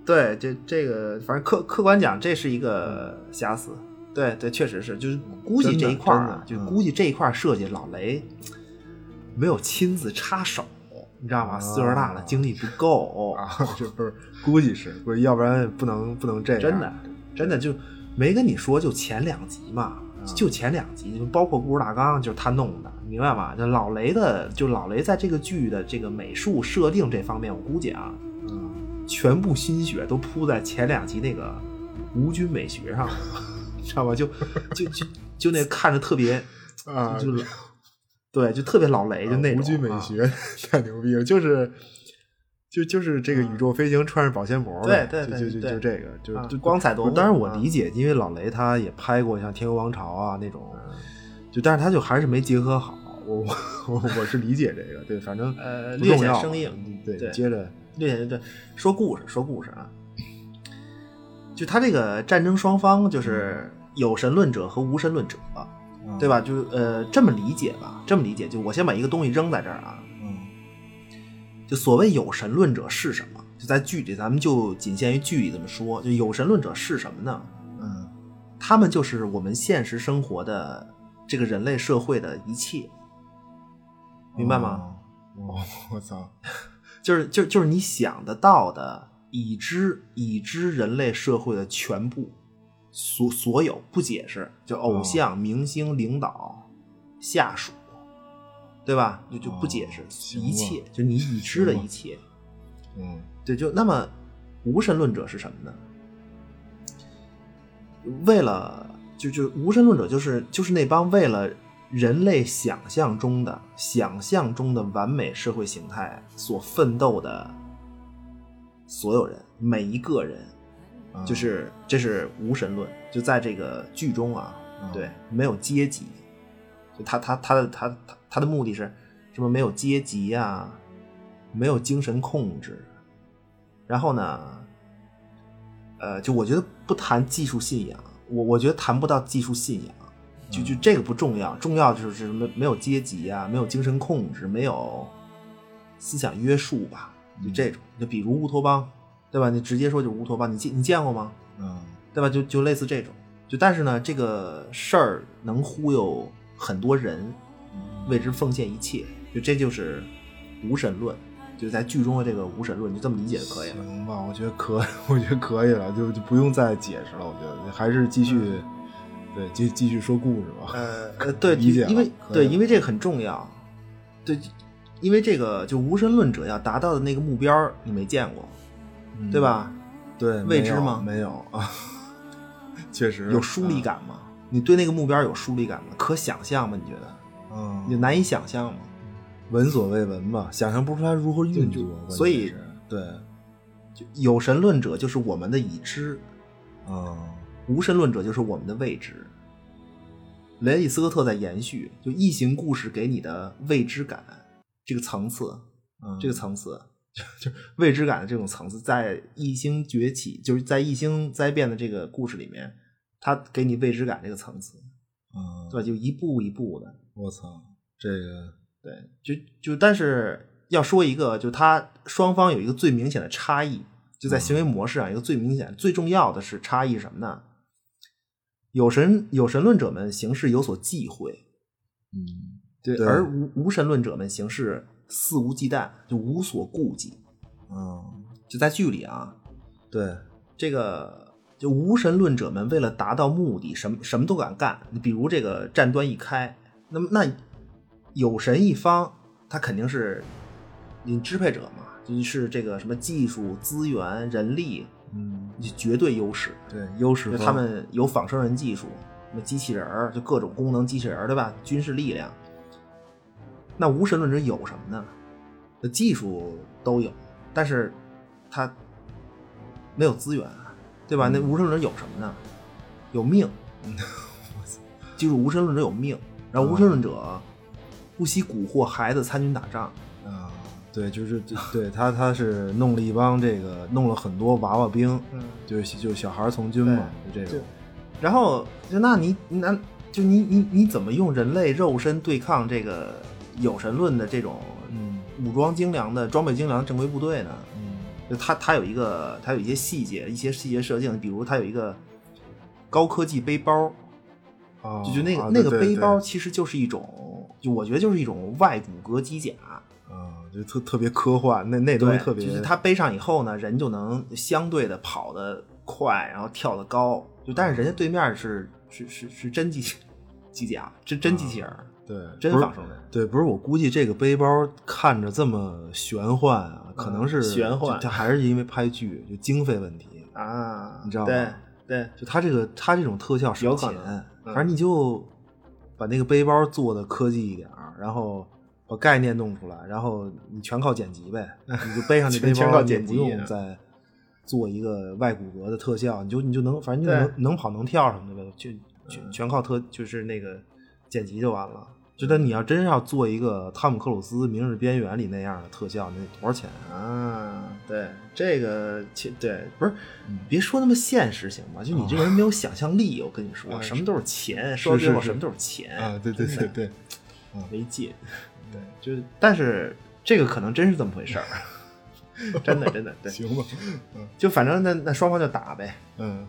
对，这这个反正客客观讲，这是一个瑕疵。对对，确实是，就是估计
真的
这一块儿啊，
真
就
的嗯
估计这一块儿设计老雷没有亲自插手，你知道吗？
啊
岁数大了，精力不够
啊， 这不是，估计是不是，要不然不能不能这样。啊
真的，真的就没跟你说，就前两集嘛，
嗯
就前两集，就包括《故事大纲》，就是他弄的，明白吗？就老雷的，就老雷在这个剧的这个美术设定这方面，我估计啊，
嗯，
全部心血都扑在前两集那个无菌美学上， 知道吧？就就就就那看着特别，
啊
就对，就特别老雷，就那种
无惧美
啊
学、 太牛逼了，就是。就就是这个宇宙飞行穿着保鲜膜呗，
嗯对对
就
对
就就
对
就这个，就
啊
就
光彩夺目啊
当然我理解，因为老雷他也拍过像《天鹅王朝》啊那种，
嗯
就但是他就还是没结合好，我我我我是理解这个，对，反正
呃
不
略
重
显
要
生硬
嗯对，
对
接着
对对对，说故事说故事啊，就他这个战争双方就是有神论者和无神论者，
嗯
对？吧？就是呃这么理解吧，这么理解，就我先把一个东西扔在这儿啊，
嗯
就所谓有神论者是什么？就在剧里，咱们就仅限于剧里这么说，就有神论者是什么呢？
嗯
他们就是我们现实生活的这个人类社会的一切，明白吗？
哦？我、我操！
就是就就是你想得到的已知已知人类社会的全部，所所有不解释，就
嗯
偶像、明星、领导、下属，对吧？就就不解释、
哦行吧
一切，就你已知的一切。
嗯
对，就那么无神论者是什么呢？为了就就无神论者就是就是那帮为了人类想象中的想象中的完美社会形态所奋斗的所有人，每一个人，
啊
就是这是无神论，就在这个剧中啊，
嗯
对，没有阶级，就他他他的他他他的目的是什么？没有阶级啊，没有精神控制，然后呢，呃，就我觉得不谈技术信仰，我我觉得谈不到技术信仰，就就这个不重要，重要就是什么没有阶级啊，没有精神控制，没有思想约束吧，就这种，就比如乌托邦，对吧？你直接说就是乌托邦，你见你见过吗？
嗯
对吧？就就类似这种，就但是呢，这个事儿能忽悠很多人，为之奉献一切，就这就是无神论，就在剧中的这个无神论，就这么理解就可以了。
行吧，我觉得可， 我觉得可以了，就就不用再解释了。我觉得还是继续，对，继继续说故事吧。
嗯呃，呃对，
理解了
因为
可以
对，
了
因为这个很重要，对，因为这个就无神论者要达到的那个目标儿，你没见过，
嗯
对？吧？
对，
未
没有
知吗
没 有啊，确实
有疏离。感吗？你对那个目标有疏离感吗？可想象吗？你觉得？
嗯，
你难以想象吗？
闻所未闻吧，想象不出它如何运
就
作
就。
关键
所以
是对，
就有神论者就是我们的已知，
嗯
无神论者就是我们的未知。雷利斯科特在延续就异形故事给你的未知感这个层次，
嗯，
这个层次，就就是未知感的这种层次，在异星崛起，就是在异星灾变的这个故事里面，它给你未知感这个层次，
嗯，
对吧？就一步一步的，
我操，这个
对，就就但是要说一个，就它双方有一个最明显的差异，就在行为模式上一个最明显、最重要的是差异是什么呢？有神有神论者们行事有所忌讳，
嗯
对，
对
而无无神论者们行事肆无忌惮，就无所顾忌。
嗯，
就在剧里啊，
对，
这个就无神论者们为了达到目的，什么什么都敢干。你比如这个战端一开，那么那有神一方，他肯定是你支配者嘛，就是这个什么技术资源、人力，
嗯
你绝对优势。
对，优势
就
方
他们有仿生人技术，什么机器人儿，就各种功能机器人儿，对吧？军事力量。那无神论者有什么呢？那技术都有，但是他没有资源啊，对吧？那
嗯
无神论者有什么呢？有命。记住，无神论者有命，然后无神论者不惜蛊惑孩子参军打仗，
啊，对，就是对对他他是弄了一帮这个弄了很多娃娃兵，
嗯，
就是就小孩儿从军嘛，就这
就
种，
然后就那你那就你你你怎么用人类肉身对抗这个有神论的这种
嗯
武装精良的装备精良的正规部队呢？
嗯
就它它有一个它有一些细节一些细节设定，比如它有一个高科技背包，
啊，
就就那个、
啊
那个
对对
背包
对
其实就是一种，就我觉得就是一种外骨骼机甲。
啊，就特特别科幻，那那东
对，
西特别，
就是他背上以后呢，人就能相对的跑得快，然后跳得高。就但是人家对面是是是是真机器机甲，真真机器人儿，
对
真
啊不是
仿生人。
对，不是我估计这个背包看着这么玄幻啊，可能是
嗯玄幻
它还是因为拍剧就经费问题，
啊，
你知道吗
对对，
就它这个它这种特效省
有可
钱
能，嗯
反正你就把那个背包做的科技一点儿，然后把概念弄出来，然后你全靠剪辑呗，你就背上这背包，
全靠剪辑啊
你就不用再做一个外骨骼的特效，你就你就能反正你就
对嗯
能能跑能跳什么的呗，就全全靠特就是那个剪辑就完了。就但你要真要做一个汤姆克鲁斯《明日边缘》里那样的特效，那得多少钱啊？
啊，对这个其对不是
嗯，
别说那么现实行吗？就你这个人没有想象力，我跟你说，
啊
什么都是钱，
是
说到最后
是是
什么都是钱哎真的
啊对，
没劲。对，就是但是这个可能真是这么回事儿， 真的真的对，
行吧，
就反正那那双方就打呗，
嗯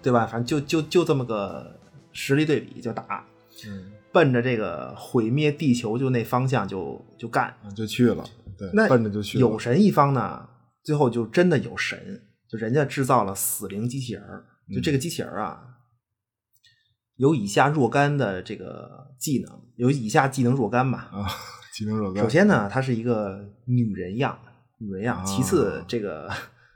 对吧？反正就就就这么个实力对比就打。
嗯
奔着这个毁灭地球就那方向就就干。
啊就去了，对，
那
奔着就去了。
有神一方呢，最后就真的有神，就人家制造了死灵机器人儿，就
嗯
这个机器人儿啊，有以下若干的这个技能，有以下技能若干吧。
啊，技能若干。
首先呢，它是一个女人样，女人样。
啊
其次，这个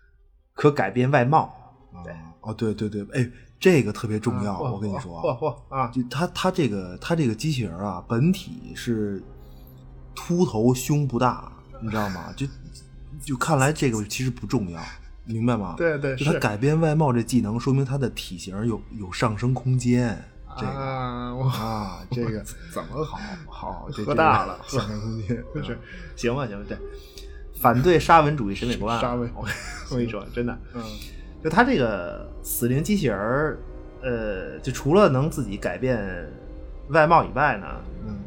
可改变外貌，
啊，哦，对对对，哎，这个特别重要，
啊
我跟你说
嚯
啊，
嚯嚯啊，
就它它这个它这个机器人啊，本体是秃头胸不大，你知道吗？就就看来这个其实不重要，明白吗？，
对对
就它改变外貌这技能，说明它的体型有有上升空间。这个
啊，我
啊，这个
怎么
好好，这
喝大了
这个上升空间
是行吧行吧，对，反对沙文主义审美观啊，
沙文
我我 跟你说，真的，
嗯
就他这个死灵机器人儿，呃，就除了能自己改变外貌以外呢，
嗯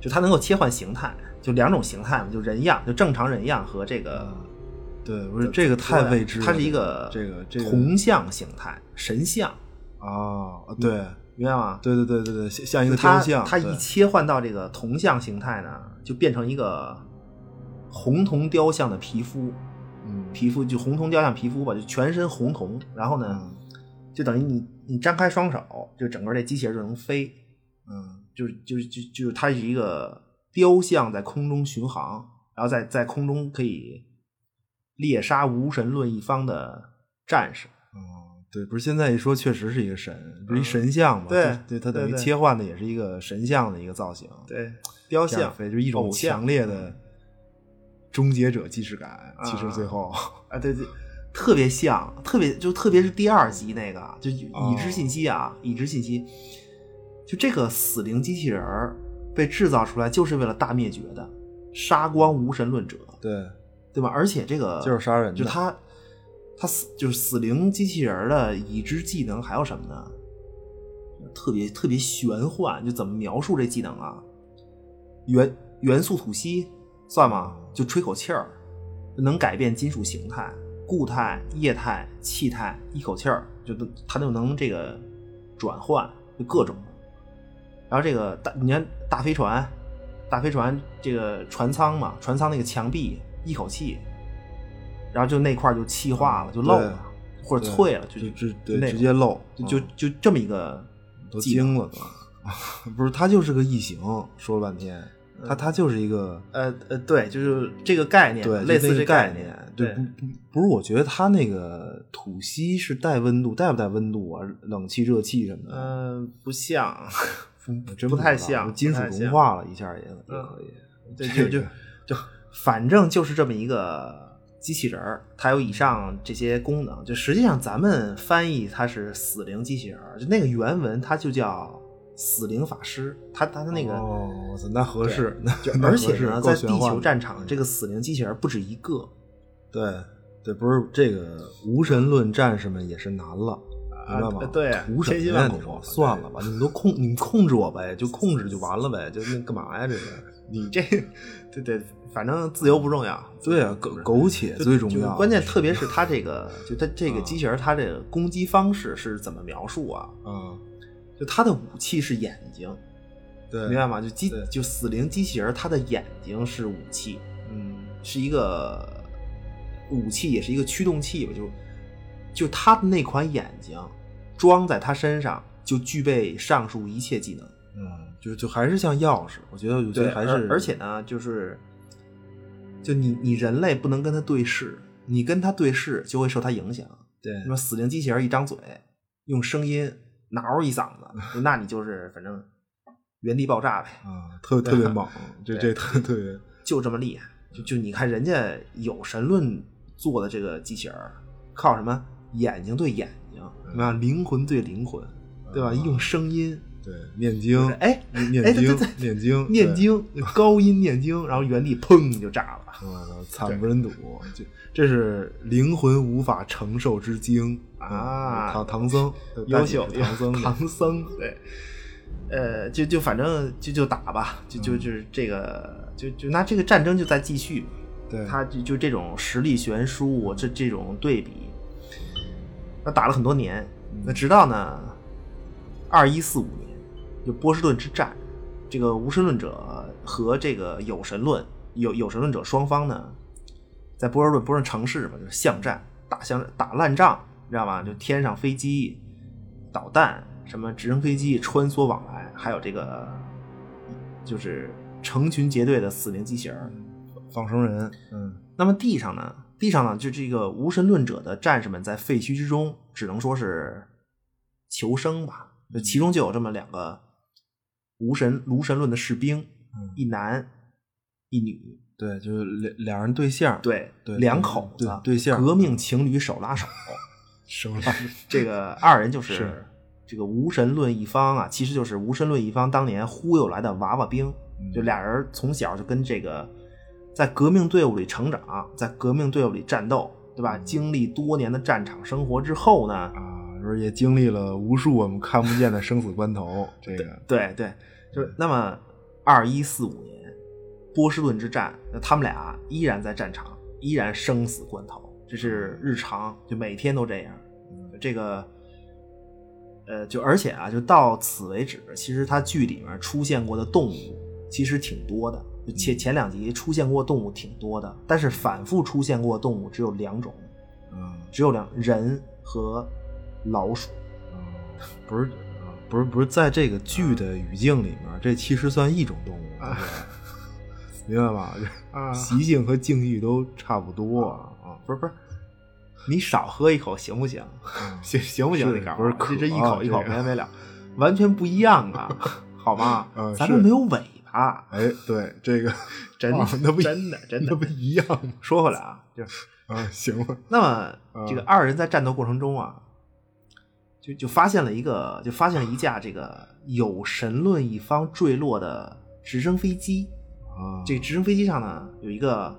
就它能够切换形态，就两种形态嘛，就人样，就正常人样和这个。
嗯对，不是这个太未知了，
它是一个
这个这个
铜像形态，神像，
啊，对
明白吗？
对对对对对，像像一个雕
它
像，
它
对
一切换到这个铜像形态呢，就变成一个红铜雕像的皮肤，
嗯
皮肤就红铜雕像皮肤吧，就全身红铜，然后
嗯
呢，就等于你你张开双手，就整个这机器人就能飞，
嗯
就是就是就就是它是一个雕像在空中巡航，然后在在空中可以猎杀无神论一方的战士。
哦，对，不是现在一说确实是一个神，不是一神像嘛？
嗯对
就对，它等于
对对
切换的也是一个神像的一个造型，
对，雕
这样
像
飞就是一种
偶像嗯
强烈的终结者既视感。其实最后，
啊，对对，特别像，特别就特别是第二集那个，啊就
哦
已知信息啊，已知信息，就这个死灵机器人儿被制造出来就是为了大灭绝的，杀光无神论者，
对，
对吧？而且这个
就是杀人的
就他他死就是死灵机器人儿的已知技能还有什么呢？特别特别玄幻，就怎么描述这技能啊？元元素吐息算吗？就吹口气儿，能改变金属形态，固态、液态、气态，一口气儿就能它就能这个转换，就各种。然后这个大，你看大飞船，大飞船这个船舱嘛，船舱那个墙壁一口气，然后就那块儿就气化了，就漏了，或者
对
脆了，就
就直
那
对
种
直接漏，
就就
嗯
就这么一个
都
技能
惊了都。不是，它就是个异形，说了半天，它它就是一个
呃呃，对，就是这个概念，
对，
类
就
似
那
这
个概
念，
对，不不不是，我觉得它那个吐息是带温度，带不带温度啊？冷气、热气什么的，
嗯、不 像，
我真
不
知
太
道
像
金
不
属
太
融
像嗯
化了一下也也可以。
对，
这个
就就就反正就是这么一个机器人儿，它有以上这些功能。就实际上咱们翻译它是死灵机器人儿，就那个原文它就叫死灵法师，它它它那个。
哦，我操，那合
对
适，那
就
那
而
合
且
适
呢，
够
在
玄
地
幻
球
的
战场，这个死灵机器人儿不止一个，
对对，不是这个无神论战士们也是难了。明白吗？
啊对
图什
千辛
么
万
呀？
苦啊
你说算了吧，你们都控，你们控制我呗，就控制就完了呗，就那干嘛呀？这个，
你这，对对，反正自由不重要，
对啊，苟苟且最重
就是
要。
关键，特别是它这个，就它这个
啊
机器人儿，它这个攻击方式是怎么描述啊？
嗯，
就它的武器是眼睛，
对，
明白吗？就机
对
就死灵机器人，它的眼睛是武器，
嗯，
是一个武器，也是一个驱动器吧。就就它的那款眼睛装在它身上，就具备上述一切技能。
嗯，就就还是像钥匙，我觉得我觉得还是
而而且呢，就是就你你人类不能跟它对视，你跟它对视就会受它影响。
对
那么死灵机器人一张嘴，用声音挠一嗓 子，那你就是反正原地爆炸呗。
啊，特 特别猛，这这特特别
就这么厉害。就就你看人家有神论做的这个机器人儿，靠什么眼睛对眼睛，啊，灵魂对灵魂，对吧？
嗯
用声音，
对，念经
就是，哎
念
哎
念
对
经
对，
念经，
念
对，
经， 高音念经，然后原地砰就炸了。
我操，嗯惨不忍睹，这这是 灵魂无法承受之精
啊
唐唐僧，对
优秀
大姐是唐僧，
唐僧对，呃，就就反正就就打吧，就
嗯
就就是这个，就就那这个战争就在继续，
对
他就就这种实力悬殊，这这种对比，那打了很多年，那直到呢，二一四五年，就波士顿之战，这个无神论者和这个有神论有有神论者双方呢，在波士顿波士顿城市嘛，就是巷战，打巷打烂仗，你知道吗？就天上飞机、导弹、什么直升飞机穿梭往来，还有这个就是成群结队的死灵机器人儿。
仿生人，嗯
那么地上呢？地上呢，就这个无神论者的战士们在废墟之中，只能说是求生
嗯
吧。就其中就有这么两个无神无神论的士兵，
嗯，
一男一女，
对，就是两两人对象，，
对
对嗯
两口子啊
对对象
革命情侣手拉手。
手拉
这个二人就是
是
这个无神论一方啊，其实就是无神论一方当年忽悠来的娃娃兵。
嗯
就俩人从小就跟这个在革命队伍里成长，在革命队伍里战斗，对吧？经历多年的战场生活之后呢，
啊，就是也经历了无数我们看不见的生死关头，这个
对对，就是那么二一四五年波士顿之战，那他们俩依然在战场，依然生死关头，这是日常，就每天都这样。嗯这个，呃，就而且啊，就到此为止，其实它剧里面出现过的动物其实挺多的，就前前两集出现过动物挺多的，但是反复出现过的动物只有两种，
嗯，
只有两人和老鼠。
不是啊，不是不是，在这个剧的语境里面，这其实算一种动物，
啊
明白吧？
啊
习性和境遇都差不多啊，
不是不是，你少喝一口行不行？
啊
行行不行？
是
你告诉
不是
我
渴
这这一
啊
口一
这
口
个
没完没 了，完全不一样啊， 好吗
嗯？
咱
是
们没有尾巴，
哎，对这个
真的
啊那不
真的真的
那不一样吗？
说回来啊，就是
啊，行吧，
那么
嗯
这个二人在战斗过程中啊，就就发现了一个，就发现了一架这个有神论一方坠落的直升飞机。
啊，
这直升飞机上呢有一个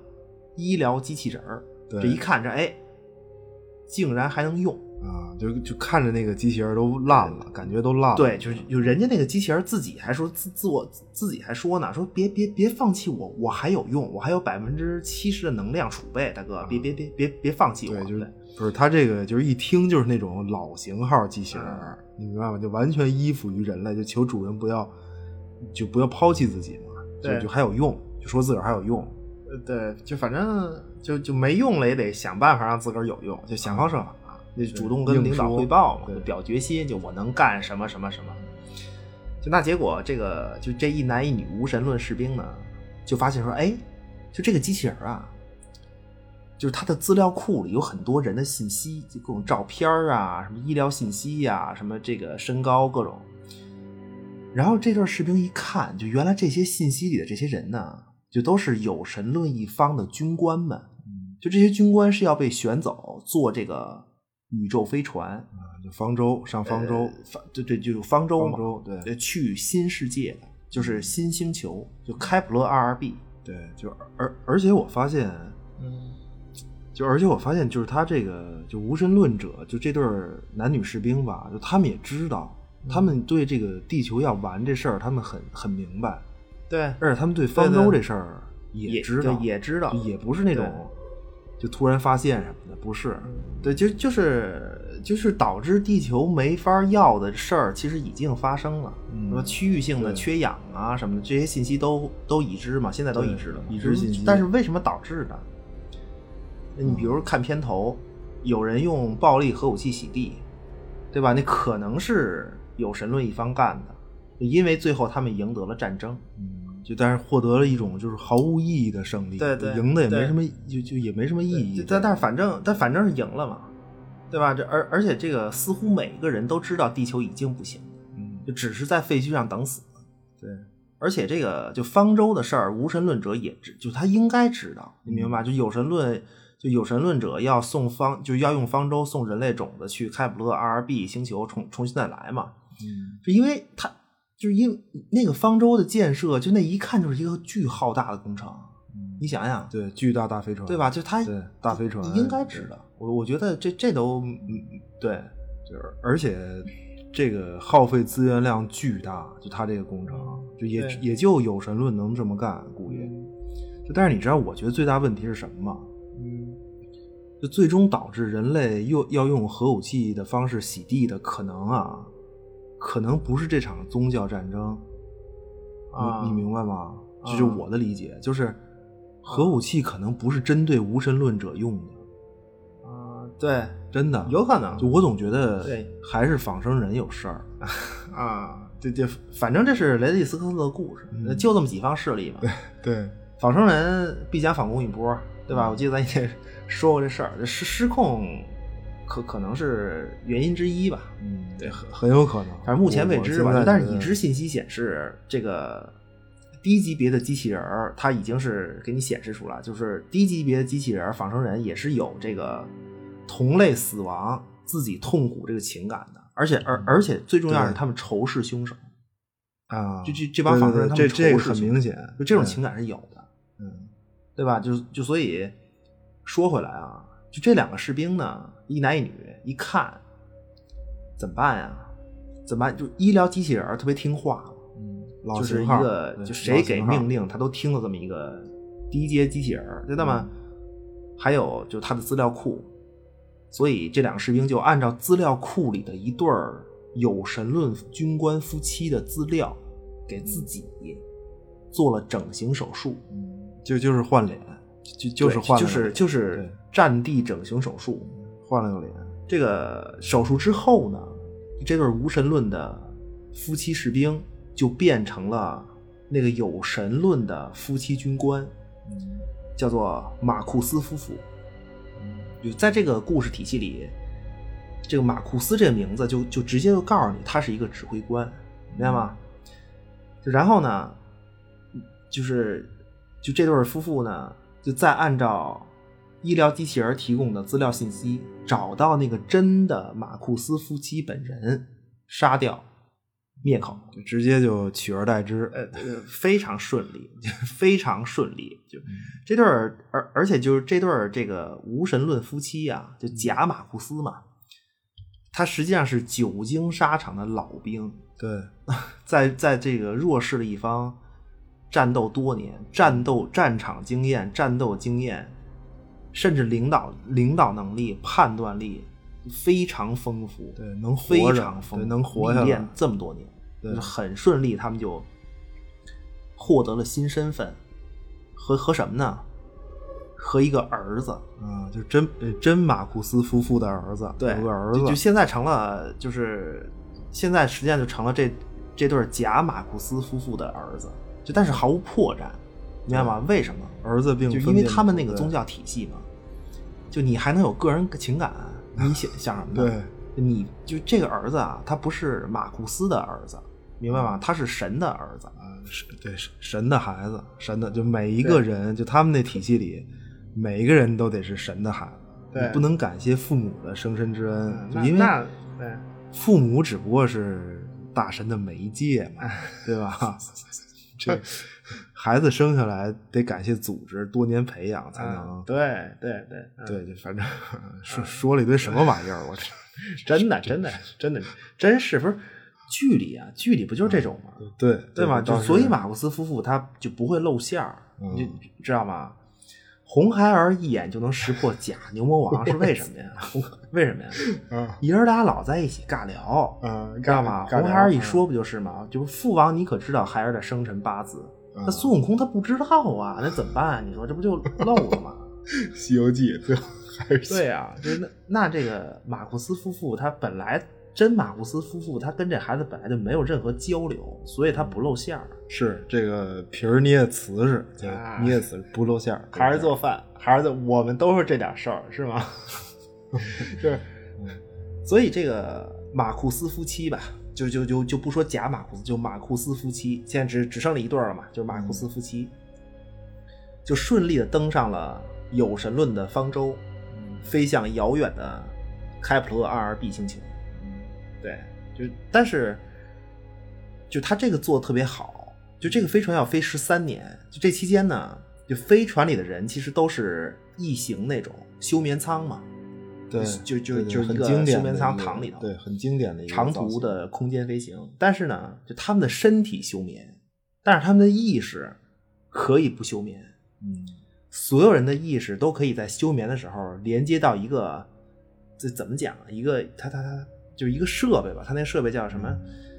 医疗机器人儿，
对
这一看这哎，竟然还能用。
啊，就就看着那个机器人都烂了，感觉都烂了，
对，就是有人家那个机器人自己还说自自我自己还说呢，说别别别放弃我，我还有用，我还有百分之七十的能量储备，大哥，别别别别别放弃我。
对，就是不是他这个就是一听就是那种老型号机器人儿，
嗯
你明白吗？就完全依附于人类，就求主人不要就不要抛弃自己嘛，就
对
就还有用，就说自个儿还有用，
呃对，就反正就就没用了，也得想办法让自个儿有用，就想方设法，就主动跟
啊硬
领导
说
汇报嘛，
对
就表决心，就我能干什么什么什么。就那结果，这个就这一男一女无神论士兵呢，就发现说，哎，就这个机器人啊，就是它的资料库里有很多人的信息，就各种照片儿啊，什么医疗信息呀、什么这个身高各种。然后这对士兵一看，就原来这些信息里的这些人呢，就都是有神论一方的军官们，
嗯
就这些军官是要被选走做这个宇宙飞船，
啊就方舟上方舟
呃，方对对，就是方舟嘛，
方舟对嗯
呃去新世界的，就是新星球，就开普勒二二 B，
对，就而而且我发现，
嗯，
就而且我发现就是他这个就无神论者，就这对儿男女士兵吧，就他们也知道，
嗯
他们对这个地球要玩这事儿，他们很很明白，
对，
而且他们对方
对
舟
对
这事儿
也
知道，
对也知道，
就也不是那种就突然发现什么的，不是。
对，就就是就是导致地球没法要的事儿，其实已经发生了。
嗯
什么区域性的
对
缺氧啊什么的，这些信息都都已知嘛，现在都
对
已知了嘛，
已知信息
但是为什么导致的？你比如看片头，有人用暴力核武器洗地，对吧？那可能是有神论一方干的，因为最后他们赢得了战争。
嗯，就但是获得了一种就是毫无意义的胜利，
对对
赢的也没
对
什么，就就也没什么意义
对。但但是反正但反正是赢了嘛，对吧？这而而且这个似乎每个人都知道地球已经不行了，
嗯
就只是在废墟上等死。
对，
而且这个就方舟的事儿，无神论者也知，就他应该知道，你明白吧？就有神论，就有神论者要送方，就要用方舟送人类种子去开普勒 2B 星球重重新再来嘛，
嗯
就因为他就是因为那个方舟的建设，就那一看就是一个巨浩大的工程，你想想，
嗯对，巨大大飞船，
对吧？？就他
对大飞船
你应该知道。我我觉得这这都嗯对
就是而且这个耗费资源量巨大，就他这个工程，就也
对
也就有神论能这么干，估计。就但是你知道，我觉得最大问题是什么吗？
嗯
就最终导致人类又要用核武器的方式洗地的可能啊，可能不是这场宗教战争，
啊
你你明白吗？
啊
这就是我的理解，就是核武器可能不是针对无神论者用的，
啊，对，
真的
有可能
就我总觉得
嗯对
还是仿生人有事儿，
啊，这这反正这是雷利斯科特的故事，
嗯
那就这么几方势力嘛。
对，
仿生人必将反攻一波，
嗯
对吧？我记得咱也说过这事儿，这失失控可可能是原因之一吧。
嗯，
对
很很有可能，
反正目前未知吧
我我现在，
但是
觉得
已知信息显示，这个低级别的机器人儿，它已经是给你显示出来，就是低级别的机器人儿仿生人也是有这个同类死亡、自己痛苦这个情感的，而且而而且最重要
嗯
是
对
他们仇视凶手，
啊，
就这这帮仿生人他
对
们
对对这这
仇
个
视
很
凶
明
手
显，
就这种
对
情感是有的。
嗯
对吧？就就所以说回来啊，就这两个士兵呢，一男一女，一看怎么办呀？怎么办？就医疗机器人儿特别听话，
嗯，老
就是
型
一
号
个
对
就
老
谁给
型号
命令，他都听了这么一个低阶机器人儿，对那么还有就是他的资料库，所以这两个士兵就按照资料库里的一对儿有神论军官夫妻的资料，给自己做了整形手术。
嗯就就是换脸，就就
对
是换了
就
个
是
脸
就是
对
战地整形手术。
换了个脸，
这个手术之后呢，这对无神论的夫妻士兵就变成了那个有神论的夫妻军官，
嗯
叫做马库斯夫妇。就在这个故事体系里，这个马库斯这个名字就就直接就告诉你，他是一个指挥官，明白吗？就然后呢，就是就这对儿夫妇呢，就再按照医疗机器人提供的资料信息，找到那个真的马库斯夫妻本人，杀掉，灭口。
就直接就取而代之，
呃，呃非常顺利，非常顺利。就
嗯
这对儿，而而且就是这对儿这个无神论夫妻啊，
嗯
就假马库斯嘛，他实际上是久经沙场的老兵，
对，
在在这个弱势的一方战斗多年，战斗战场经验、战斗经验，甚至领导领导能力、判断力非常丰富，
对能活
非
着
常丰富，
对能活下
历
来
练这么多年，
对
就是很顺利，他们就获得了新身份，和和什么呢？和一个儿子，
啊，就真呃真马库斯夫妇的儿子，
对，
有个儿
就就
子，
现在成了，就是现在实际上就成了这这对假马库斯夫妇的儿子，就但是毫无破绽，明白吗？为什么？
儿子并
就因
分
为
辨不
他们
出
那个
对
宗教体系嘛，就你还能有个人 情感，你想想什么呢？
对，
你就这个儿子啊，他不是马库斯的儿子，明白吗？
嗯
他是神的儿子，
啊，是对是神的孩子，神的就每一个人，就他们那体系里，每一个人都得是神的孩子，
对嗯
你不能感谢父母的生身之恩，就
那
因为
那对
父母只不过是大神的媒介嘛，对吧？ 这孩子生下来得感谢组织多年培养
嗯
才能，
对对对，嗯
对，就反正 说说了一堆什么玩意儿，我这
真的 真的真的真是不是剧里啊？剧里不就是这种吗？
嗯对
对吧？
倒
就是所以马库斯夫妇他就不会露馅儿，
嗯
你就知道吗？红孩儿一眼就能识破假牛魔王是为什么呀？ 红为什么呀？
啊
爷儿俩老在一起尬聊，
啊，
知道吗？红孩儿
嗯
一说不就是吗？就是父王，你可知道孩儿的生辰八字？
嗯
那 孙悟空他不知道啊，那怎么办、你说这不就漏了吗？
《西游记》，最后还是
对啊，就是那那这个马库斯夫妇，他本来真马库斯夫妇，他跟这孩子本来就没有任何交流，所以他不露馅儿。
是这个皮儿捏瓷实，就
啊
捏瓷实不露馅儿，
还是做饭，还是做，我们都是这点事儿，是吗？ 就是，所以这个马库斯夫妻吧，就就就就不说假马库斯，就马库斯夫妻，现在只只剩了一对儿了嘛，就是马库斯夫妻，就顺利的登上了有神论的方舟，飞向遥远的开普勒二二 b 星球。对，就但是，就他这个做的特别好，就这个飞船要飞十三年，就这期间呢，就飞船里的人其实都是异形那种休眠舱嘛，
对，
就就
对对
就是一
很
个
经典
休眠
的
舱
一个
躺里头
对，很经典的一个
长
造
途
型
的空间飞行。但是呢，就他们的身体休眠，但是他们的意识可以不休眠，
嗯
所有人的意识都可以在休眠的时候连接到一个，这怎么讲啊？一个他他他，就是一个设备吧，它那设备叫什么？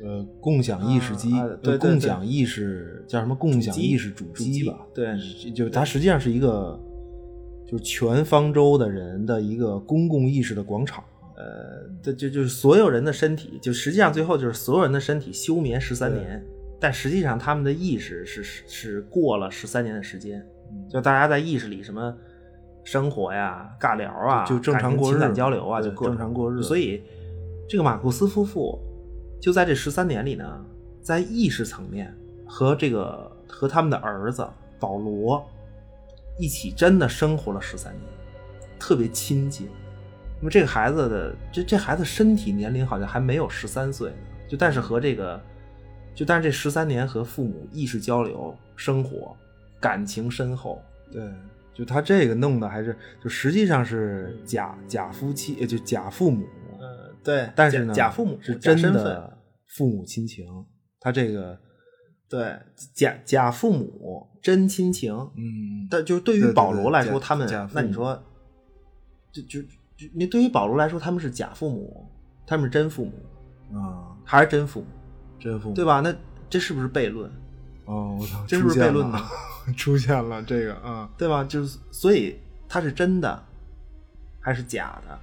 呃，共享意识机，
啊啊
呃
对对
共享意识叫什么？共享
机
意识主机吧，
对，
就它实际上是一个，就是全方舟的人的一个公共意识的广场。
呃，这就就是所有人的身体，就实际上最后就是所有人的身体休眠十三年，但实际上他们的意识是是是过了十三年的时间，
嗯
就大家在意识里什么生活呀、尬聊啊、
就就正常
感情
过日子
情感交流啊，就
对
各种
正常过日子
所以这个马库斯夫妇就在这十三年里呢，在意识层面和这个和他们的儿子保罗一起真的生活了十三年，特别亲近。那么这个孩子的这这孩子身体年龄好像还没有十三岁呢，就但是和这个就但是这十三年和父母意识交流、生活、感情深厚，
对，就他这个弄的还是就实际上是假假夫妻，呃就假父母，
呃，对
但是呢，
假父母
是
假
真
身份，
的父母亲情。他这个，
对假假父母真亲情，
嗯
但就是对
对
于
对
保罗
对
来
假
说，他们
假父
那你
母
说，就就就你对于保罗来说，他们是假父母，他们是真父母
啊，
还是真父母，
真父母
对？吧？那这是不是悖论？
哦，我操，
这是
出
不是悖
现
论
了
呢？
出现了这个啊，
对吧？就是所以他是真的还是假的？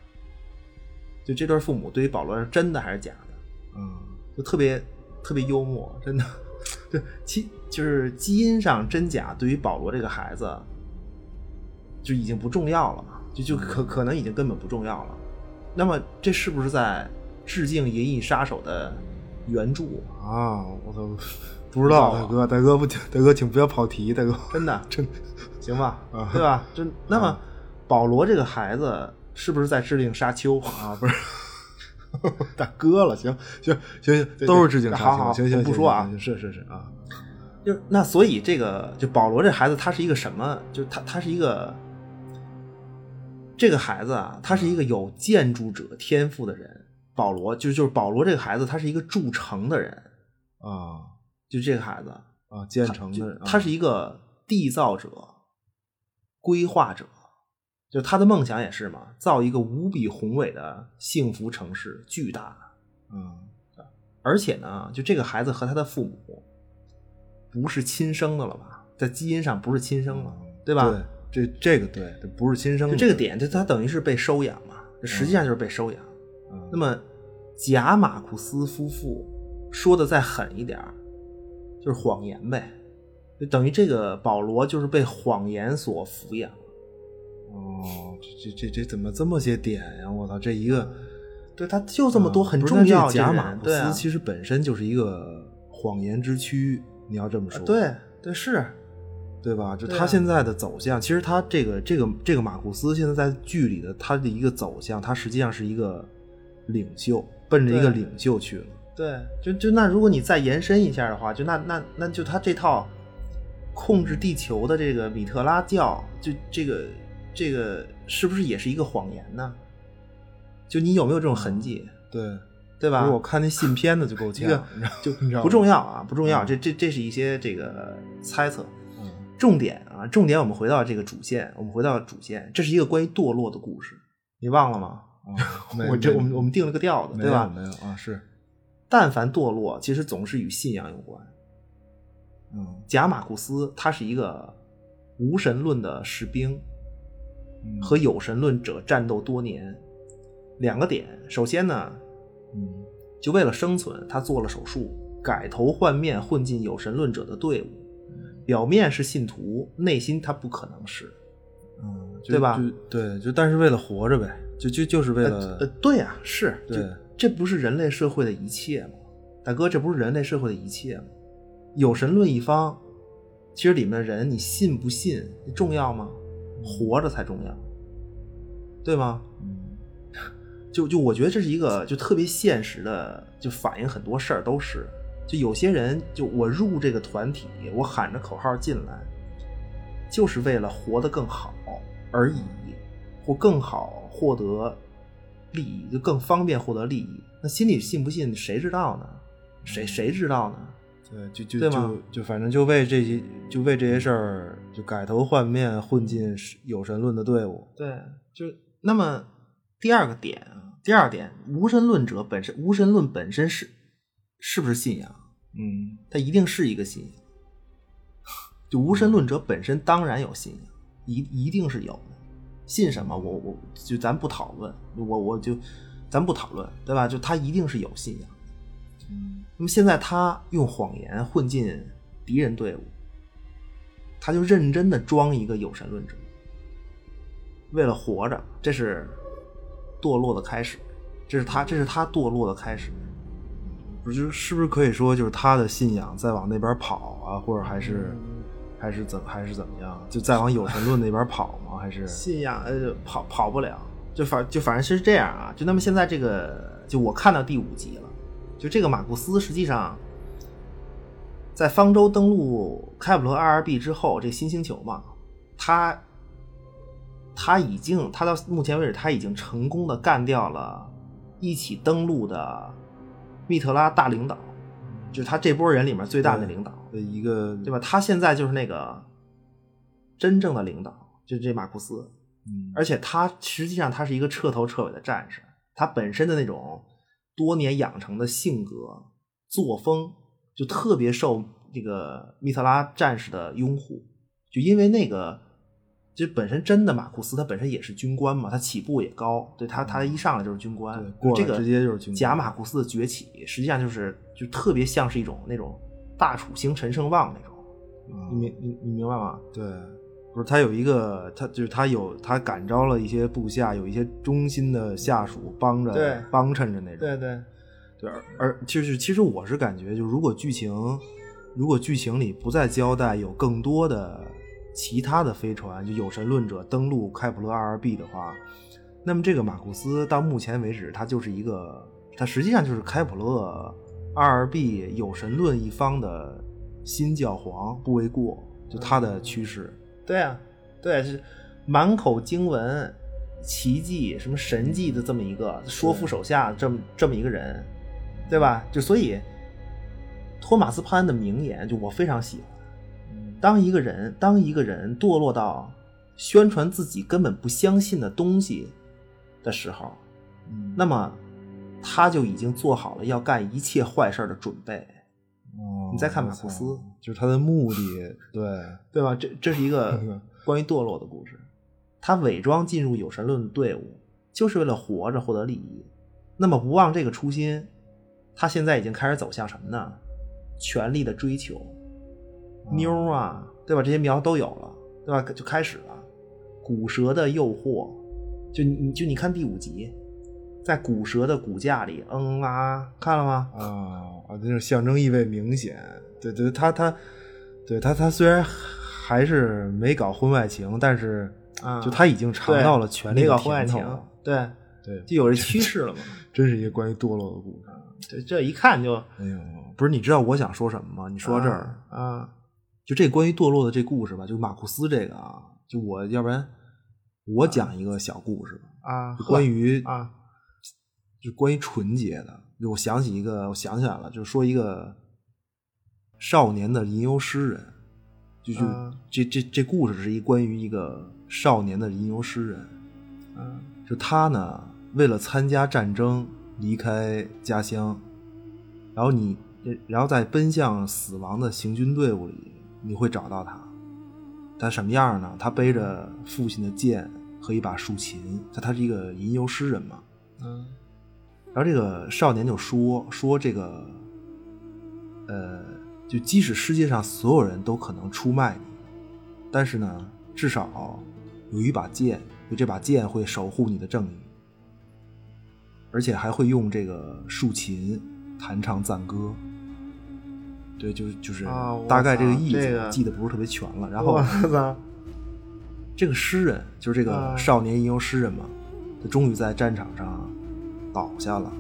就这对父母对于保罗来说，真的还是假的？
嗯，
就特别特别幽默，真的。 就其就是基因上真假，对于保罗这个孩子就已经不重要了嘛，就就可可能已经根本不重要了。那么这是不是在致敬《银翼杀手》的原著？
啊，我都不知
啊
道，大哥，大哥不，大哥，请不要跑题，大哥，
真的，
真
行吧
啊，
对吧？就那么，保罗这个孩子是不是在致敬沙丘？
啊， 不是大哥了，行行行行，都是致敬
好
杀
好
青，行行，
不
行
说啊
行行是是是啊，
就那所以这个就保罗这孩子他是一个什么？就他他是一个这个孩子啊，他是一个有建筑者天赋的人。保罗就就是保罗这个孩子，他是一个筑城的人，
啊
就这个孩子，
啊，建成
就
的人，
他是一个缔造者、规划者，就他的梦想也是嘛，造一个无比宏伟的幸福城市，巨大的。
嗯
而且呢，就这个孩子和他的父母不是亲生的了吧，在基因上不是亲生了，对吧？
对，这这个对，这不是亲生
就
的，
这个点，就他等于是被收养嘛，实际上就是被收养。
嗯，
那么贾马库斯夫妇说的再狠一点儿，就是谎言呗，就等于这个保罗就是被谎言所抚养。
哦，这这这这怎么这么些点呀？我操，这一个
对，他就这么多，
嗯
很
不是
重要
那这
这人。
贾马库
对啊
斯其实本身就是一个谎言之躯，你要这么说，
啊对对是，
对吧？就
对啊
他现在的走向，其实他这个这个这个马库斯现在在剧里的他的一个走向，他实际上是一个领袖，奔着一个
对
领袖去了。
对，就就那如果你再延伸一下的话，就那那那就他这套控制地球的这个米特拉教，就这个这个是不是也是一个谎言呢？就你有没有这种痕迹，
对，
对
不
吧
是？嗯我看那信片子就够
这
呛
个，
你知道
就
你知道吗
不重要啊，不重要，
嗯
这这这是一些这个猜测。
嗯
重点啊，重点，我们回到这个主线，我们回到主线，这是一个关于堕落的故事，你忘了吗？
啊没
我这
没
我们我们定了个调子，
没
对
有
吧？
没有啊，是，
但凡堕落，其实总是与信仰有关。
嗯
贾马库斯他是一个无神论的士兵，
嗯
和有神论者战斗多年。两个点，首先呢，
嗯
就为了生存，他做了手术，改头换面混进有神论者的队伍。表面是信徒，内心他不可能是。
嗯，就
对吧
就对，就但是为了活着呗，就就就是为
呃呃
了，
对啊，是，
对
就这不是人类社会的一切吗？大哥，这不是人类社会的一切吗？有神论一方，其实里面的人，你信不信重要吗？活着才重要，对吗？
嗯
就就我觉得这是一个就特别现实的，就反映很多事儿都是，就有些人就我入这个团体，我喊着口号进来，就是为了活得更好而已，或更好获得利益，就更方便获得利益。那心里信不信谁知道呢？谁谁知道呢？
对，就就
对吗
就就反正就为这些就为这些事儿就改头换面混进有神论的队伍，
对，就那么第二个点啊，第二点，无神论者本身，无神论本身是是不是信仰？
嗯
它一定是一个信仰。就无
嗯
神论者本身当然有信仰，一一定是有的。信什么？我我就咱不讨论，我我就咱不讨论，对吧？就他一定是有信仰。那么现在他用谎言混进敌人队伍，他就认真的装一个有神论者，为了活着，这是堕落的开始，这是他这是他堕落的开始。
不是，就是不是可以说，就是他的信仰在往那边跑啊，或者还是还是怎么还是怎么样，就再往有神论那边跑吗？还是
嗯信仰呃跑跑不了，就反就反正是这样啊。就那么现在这个，就我看到第五集了，就这个马库斯实际上在方舟登陆开普勒 2RB 之后，这新星球嘛，他他已经他到目前为止他已经成功的干掉了一起登陆的密特拉大领导，就是他这波人里面最大的领导。
呃一个
对吧？他现在就是那个真正的领导，就是这马库斯，
嗯
而且他实际上他是一个彻头彻尾的战士，他本身的那种多年养成的性格作风，就特别受这个密特拉战士的拥护，就因为那个。就本身真的马库斯，他本身也是军官嘛，他起步也高，对他他一上来就是军官
嗯对，过
就
来
这个
直接就是军官
假马库斯的崛起，实际上就是就特别像是一种那种大楚兴陈胜旺那种，你
嗯
明你你明白吗？
对，不是他有一个，他就是他有他感召了一些部下，有一些忠心的下属帮着
对
帮衬着那种。
对，
对，而而就是其实我是感觉，就如果剧情如果剧情里不再交代有更多的其他的飞船，就有神论者登陆开普勒 2RB 的话，那么这个马库斯到目前为止，他就是一个，他实际上就是开普勒 2RB 有神论一方的新教皇，不为过。就他的趋势，
对啊，对，是满口经文、奇迹、什么神迹的这么一个说服手下这么这么一个人，对吧？就所以，托马斯潘的名言就我非常喜欢：
嗯
当一个人当一个人堕落到宣传自己根本不相信的东西的时候，
嗯
那么他就已经做好了要干一切坏事儿的准备。
哦
你再看马库斯
我操就是他的目的，对，
对吧？这这是一
嗯
个关于堕落的故事。他伪装进入有神论队伍，就是为了活着获得利益。那么不忘这个初心，他现在已经开始走向什么呢？权力的追求，
哦
妞儿啊，对吧？这些苗都有了，对吧？就开始了，骨蛇的诱惑。就你你就你看第五集，在骨蛇的骨架里，嗯啊，看了吗？
啊啊，那种象征意味明显。对对，他他，对他他虽然还是没搞婚外情，但是
啊
就他已经尝到了权力
没
的
搞
甜头
婚外情
了，
对，
对，
就有这趋势 了嘛。
真是一个关于堕落的故事。
这这一看就
哎呦，不是，你知道我想说什么吗？你说到这儿，
啊，
就这关于堕落的这故事吧，就马库斯这个啊，就我要不然我讲一个小故事吧，
啊，
就关于
呵啊
就关于纯洁的，就我想起一个，我想起来了，就说一个少年的吟游诗人，就是、
嗯
这这这故事是一关于一个少年的吟游诗人，
啊
就他呢为了参加战争离开家乡，然后你然后在奔向死亡的行军队伍里，你会找到他，他什么样呢？他背着父亲的剑和一把竖琴，他他是一个吟游诗人嘛。
嗯
然后这个少年就说说这个，呃，就即使世界上所有人都可能出卖你，但是呢，至少有一把剑，就这把剑会守护你的正义，而且还会用这个竖琴弹唱赞歌。对，就是就是
啊我
大概这个
操
意思，
这个
记得不是特别全了。然后
我操，
这个诗人，就是这
啊
个少年吟游诗人嘛，他终于在战场上倒下了。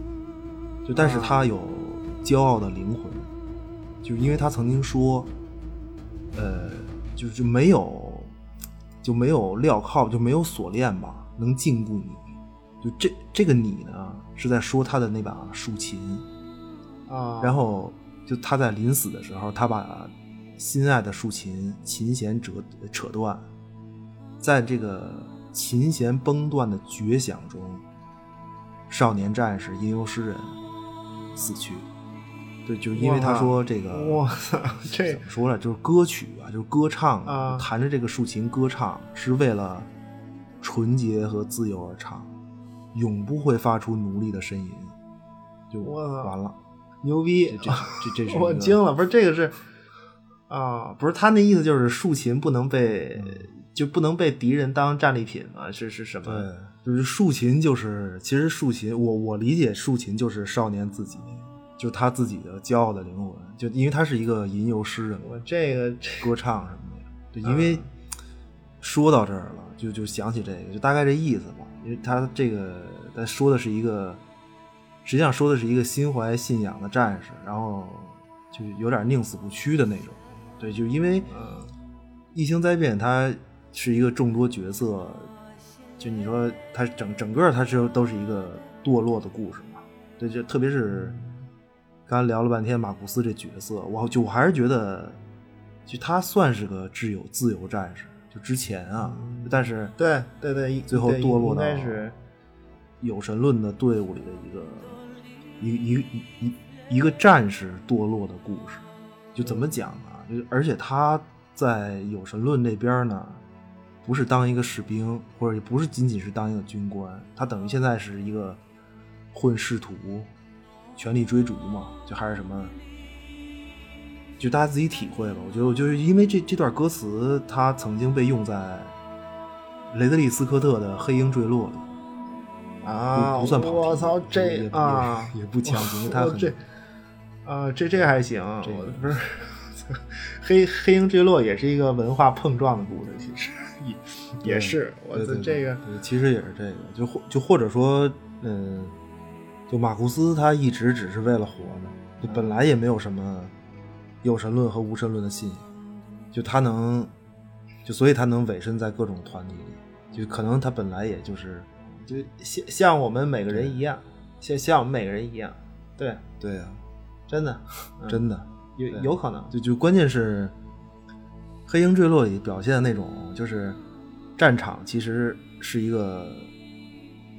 就但是他有骄傲的灵魂，就是因为他曾经说，呃，就是就没有就没有镣铐，就没有锁链吧，能禁锢你。就这这个你呢，是在说他的那把竖琴。
啊，
然后就他在临死的时候，他把心爱的竖琴琴弦折扯断，在这个琴弦崩断的绝响中，少年战士吟游诗人死去。对，就是因为他
哇
说这个，
我操，这
怎么说呢？就是歌曲啊，就是歌唱
啊
弹着这个竖琴歌唱是为了纯洁和自由而唱，永不会发出奴隶的呻吟，就
我操
完了。
牛逼！
这这这是 一
我
个
惊了，不是这个是啊，不是他那意思就是竖琴不能被、就不能被敌人当战利品吗？是是什么？
对，就是竖琴，就是其实竖琴，我我理解竖琴就是少年自己，就是他自己的骄傲的灵魂，就因为他是一个吟游诗人嘛，
我这个这嗯
歌唱什 么的。对，因为说到这儿了，就就想起这个，就大概这意思吧。因为他这个他说的是一个，实际上说的是一个心怀信仰的战士，然后就有点宁死不屈的那种。对，就因为。
嗯
《异星灾变》它是一个众多角色，就你说它整整个它是都是一个堕落的故事嘛？对，就特别是
嗯
刚才聊了半天马库斯这角色，我就我还是觉得，就他算是个自由自由战士，就之前啊，但是
嗯对对对，
最后
对
堕落
应
到
该是
有神论的队伍里的一个一一一一一个战士堕落的故事，就怎么讲啊？就是而且他在有神论那边呢，不是当一个士兵，或者也不是仅仅是当一个军官，他等于现在是一个混仕途，权力追逐嘛，就还是什么。就大家自己体会吧。我觉得，我就是因为这这段歌词，它曾经被用在雷德利·斯科特的《黑鹰坠落》里，
啊，
不不算跑题
我操，
也
这
也
啊
也不强行
我
他很
这啊这这还行，
这个
我不是 黑黑鹰坠落也是一个文化碰撞的故事，其实也也是，我
对
操
对对
这个
对其实也是这个，就或就或者说，嗯，就马库斯他一直只是为了活嘛，就本来也没有什么有神论和无神论的信仰，就他能，就所以他能委身在各种团体里，就可能他本来也就是
就像像我们每个人一样，像像我们每个人一样，对，
对呀、
真的 嗯
真的。
有
对
有可能，
就就关键是《黑鹰坠落》里表现的那种，就是战场其实是一个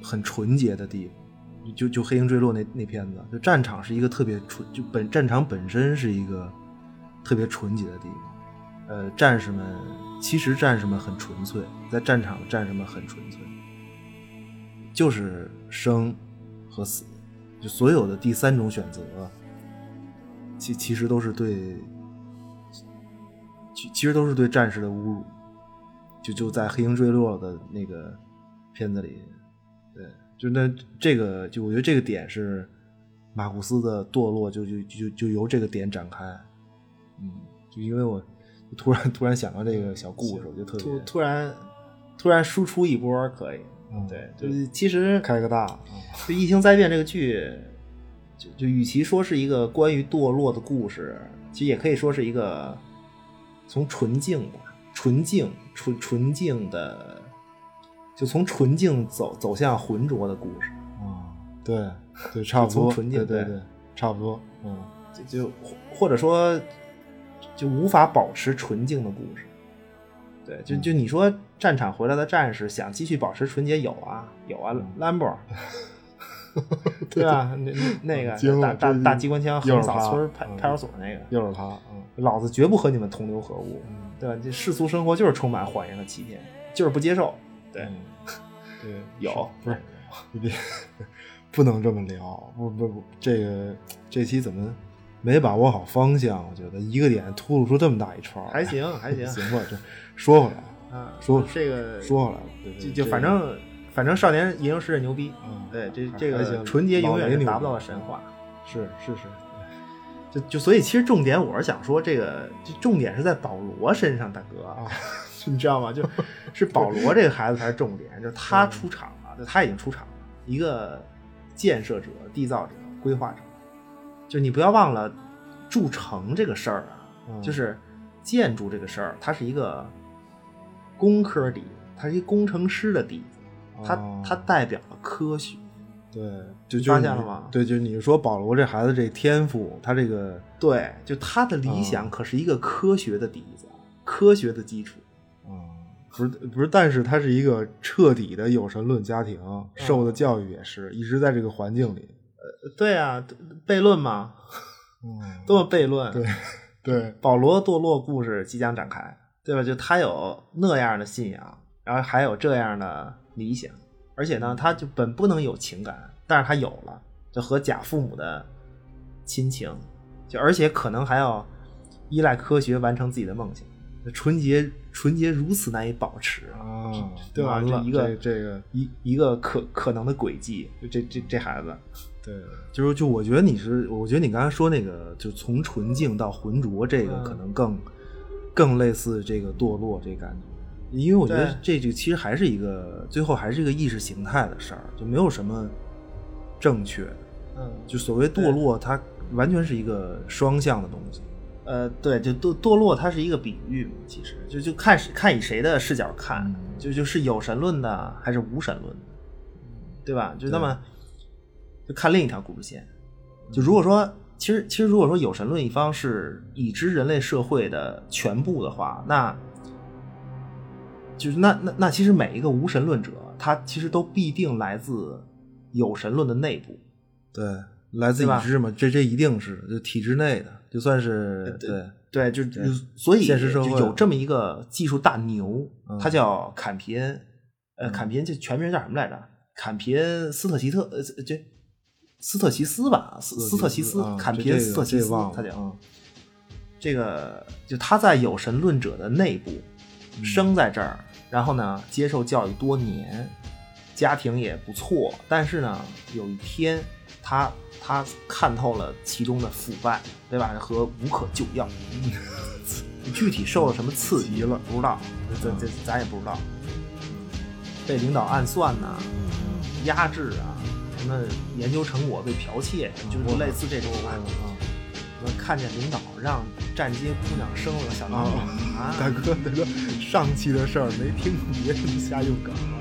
很纯洁的地方。就就《黑鹰坠落那》那片子，就战场是一个特别纯，就本战场本身是一个特别纯洁的地方。呃，战士们其实战士们很纯粹，在战场的战士们很纯粹，就是生和死，就所有的第三种选择，其其实都是对，其其实都是对战士的侮辱，就就在《黑鹰坠落》的那个片子里，对，就那嗯这个就我觉得这个点是马库斯的堕落就，就就就由这个点展开，嗯，就因为我突然突然想到这个小故事，我就特
突
别
突然突然输出一波可以，
嗯
对，
对
就是其实
开个大啊，
就《异星灾变》这个剧，就就与其说是一个关于堕落的故事，其实也可以说是一个从纯净吧，纯净、纯纯净的，就从纯净走走向浑浊的故事。
啊对对，差不
从
多，
纯
对
净
对
对
对，差不多，嗯，
就就或或者说就无法保持纯净的故事。对，就就你说战场回来的战士想继续保持纯洁，有啊有啊
嗯，
兰博。对啊，那那那
惊
个
了
大大
这
大机关枪横扫
又
村
是
儿
他
派
嗯
派出所那个，
又是他，嗯
老子绝不和你们同流合污，
嗯。
对吧？这世俗生活就是充满谎言和欺骗，就是不接受。对，
嗯，对，
有
是不是？你别不能这么聊，不不不，这个这期怎么没把握好方向？我觉得一个点秃噜出这么大一串儿，
还行还行
行吧。这说回来，
啊，
说
这个
说回来了，对
就
对
就
这
反正反正少年吟游诗人牛逼，
嗯
对，这
还
这
还
个
行
纯洁永
老
远
雷
是
牛
达不
逼
到的神话。
是是是，
就就所以，其实重点我是想说，这个就重点是在保罗身上，大哥，
啊
你知道 吗？就是保罗这个孩子才是重点，就是他出场了，就他已经出场了，一个建设者、缔造者、规划者。就你不要忘了，筑城这个事儿啊，
嗯
就是建筑这个事儿，它是一个工科底子，它是一工程师的底子，它
哦
它代表了科学。
对，就
你
就
发
是
现
你
了吗
对，就是你说保罗这孩子这天赋，他这个
对，就他的理想
嗯
可是一个科学的底子，科学的基础。
嗯，
不是不是，但是他是一个彻底的有神论家庭，受的教育也是一直在这个环境里。
对啊，悖论嘛，
嗯，
多么悖论。
对对，
保罗堕落故事即将展开，对吧？就他有那样的信仰，然后还有这样的理想，而且呢，他就本不能有情感，但是他有了，就和假父母的亲情，就而且可能还要依赖科学完成自己的梦想。纯洁，纯洁如此难以保持，
啊，
对吧
完
这
了
一个
这个
一一个可可能的轨迹，就这这这孩子，
对，
就是就我觉得你是，我觉得你刚才说那个，就从纯净到浑浊，这个
嗯
可能更、更类似这个堕落这感觉，因为我觉得这这个其实还是一个最后还是一个意识形态的事儿，就没有什么正确的，
嗯，
就所谓堕落，它完全是一个双向的东西。
呃，对，就堕堕落，它是一个比喻嘛，其实就就看是看以谁的视角看，
嗯
就就是有神论的还是无神论的，
嗯
对吧？就那么就看另一条故事线。
嗯
就如果说，其实其实如果说有神论一方是已知人类社会的全部的话，那就是那那那其实每一个无神论者，他其实都必定来自有神论的内部，
对，来自
对
已
吧
知嘛，这这一定是就体制内的，就算是
对
对
对，就有所以
现实社
就
会
有这么一个技术大牛，
嗯
他叫坎皮恩，呃，坎皮恩这全名叫什么来着？坎皮恩斯特奇特，呃，这斯特奇斯吧，斯斯特奇斯
啊，
坎
这
皮恩
这个
斯特奇
这
斯
忘，了
他叫
嗯
啊
这个，就他在有神论者的内部
嗯
生在这儿，然后呢，接受教育多年，家庭也不错，但是呢，有一天他他看透了其中的腐败，对吧？和无可救药。具体受了什么刺激了不知道，这这这咱也不知道。被领导暗算呐、
嗯
压制啊，什么研究成果被剽窃，
嗯
就是类似这种啊。什么看见领导让站街姑娘
哦
生了个小男孩、
大哥大哥，上期的事儿没听，别这么瞎用梗啊。
哎啊
嗯
啊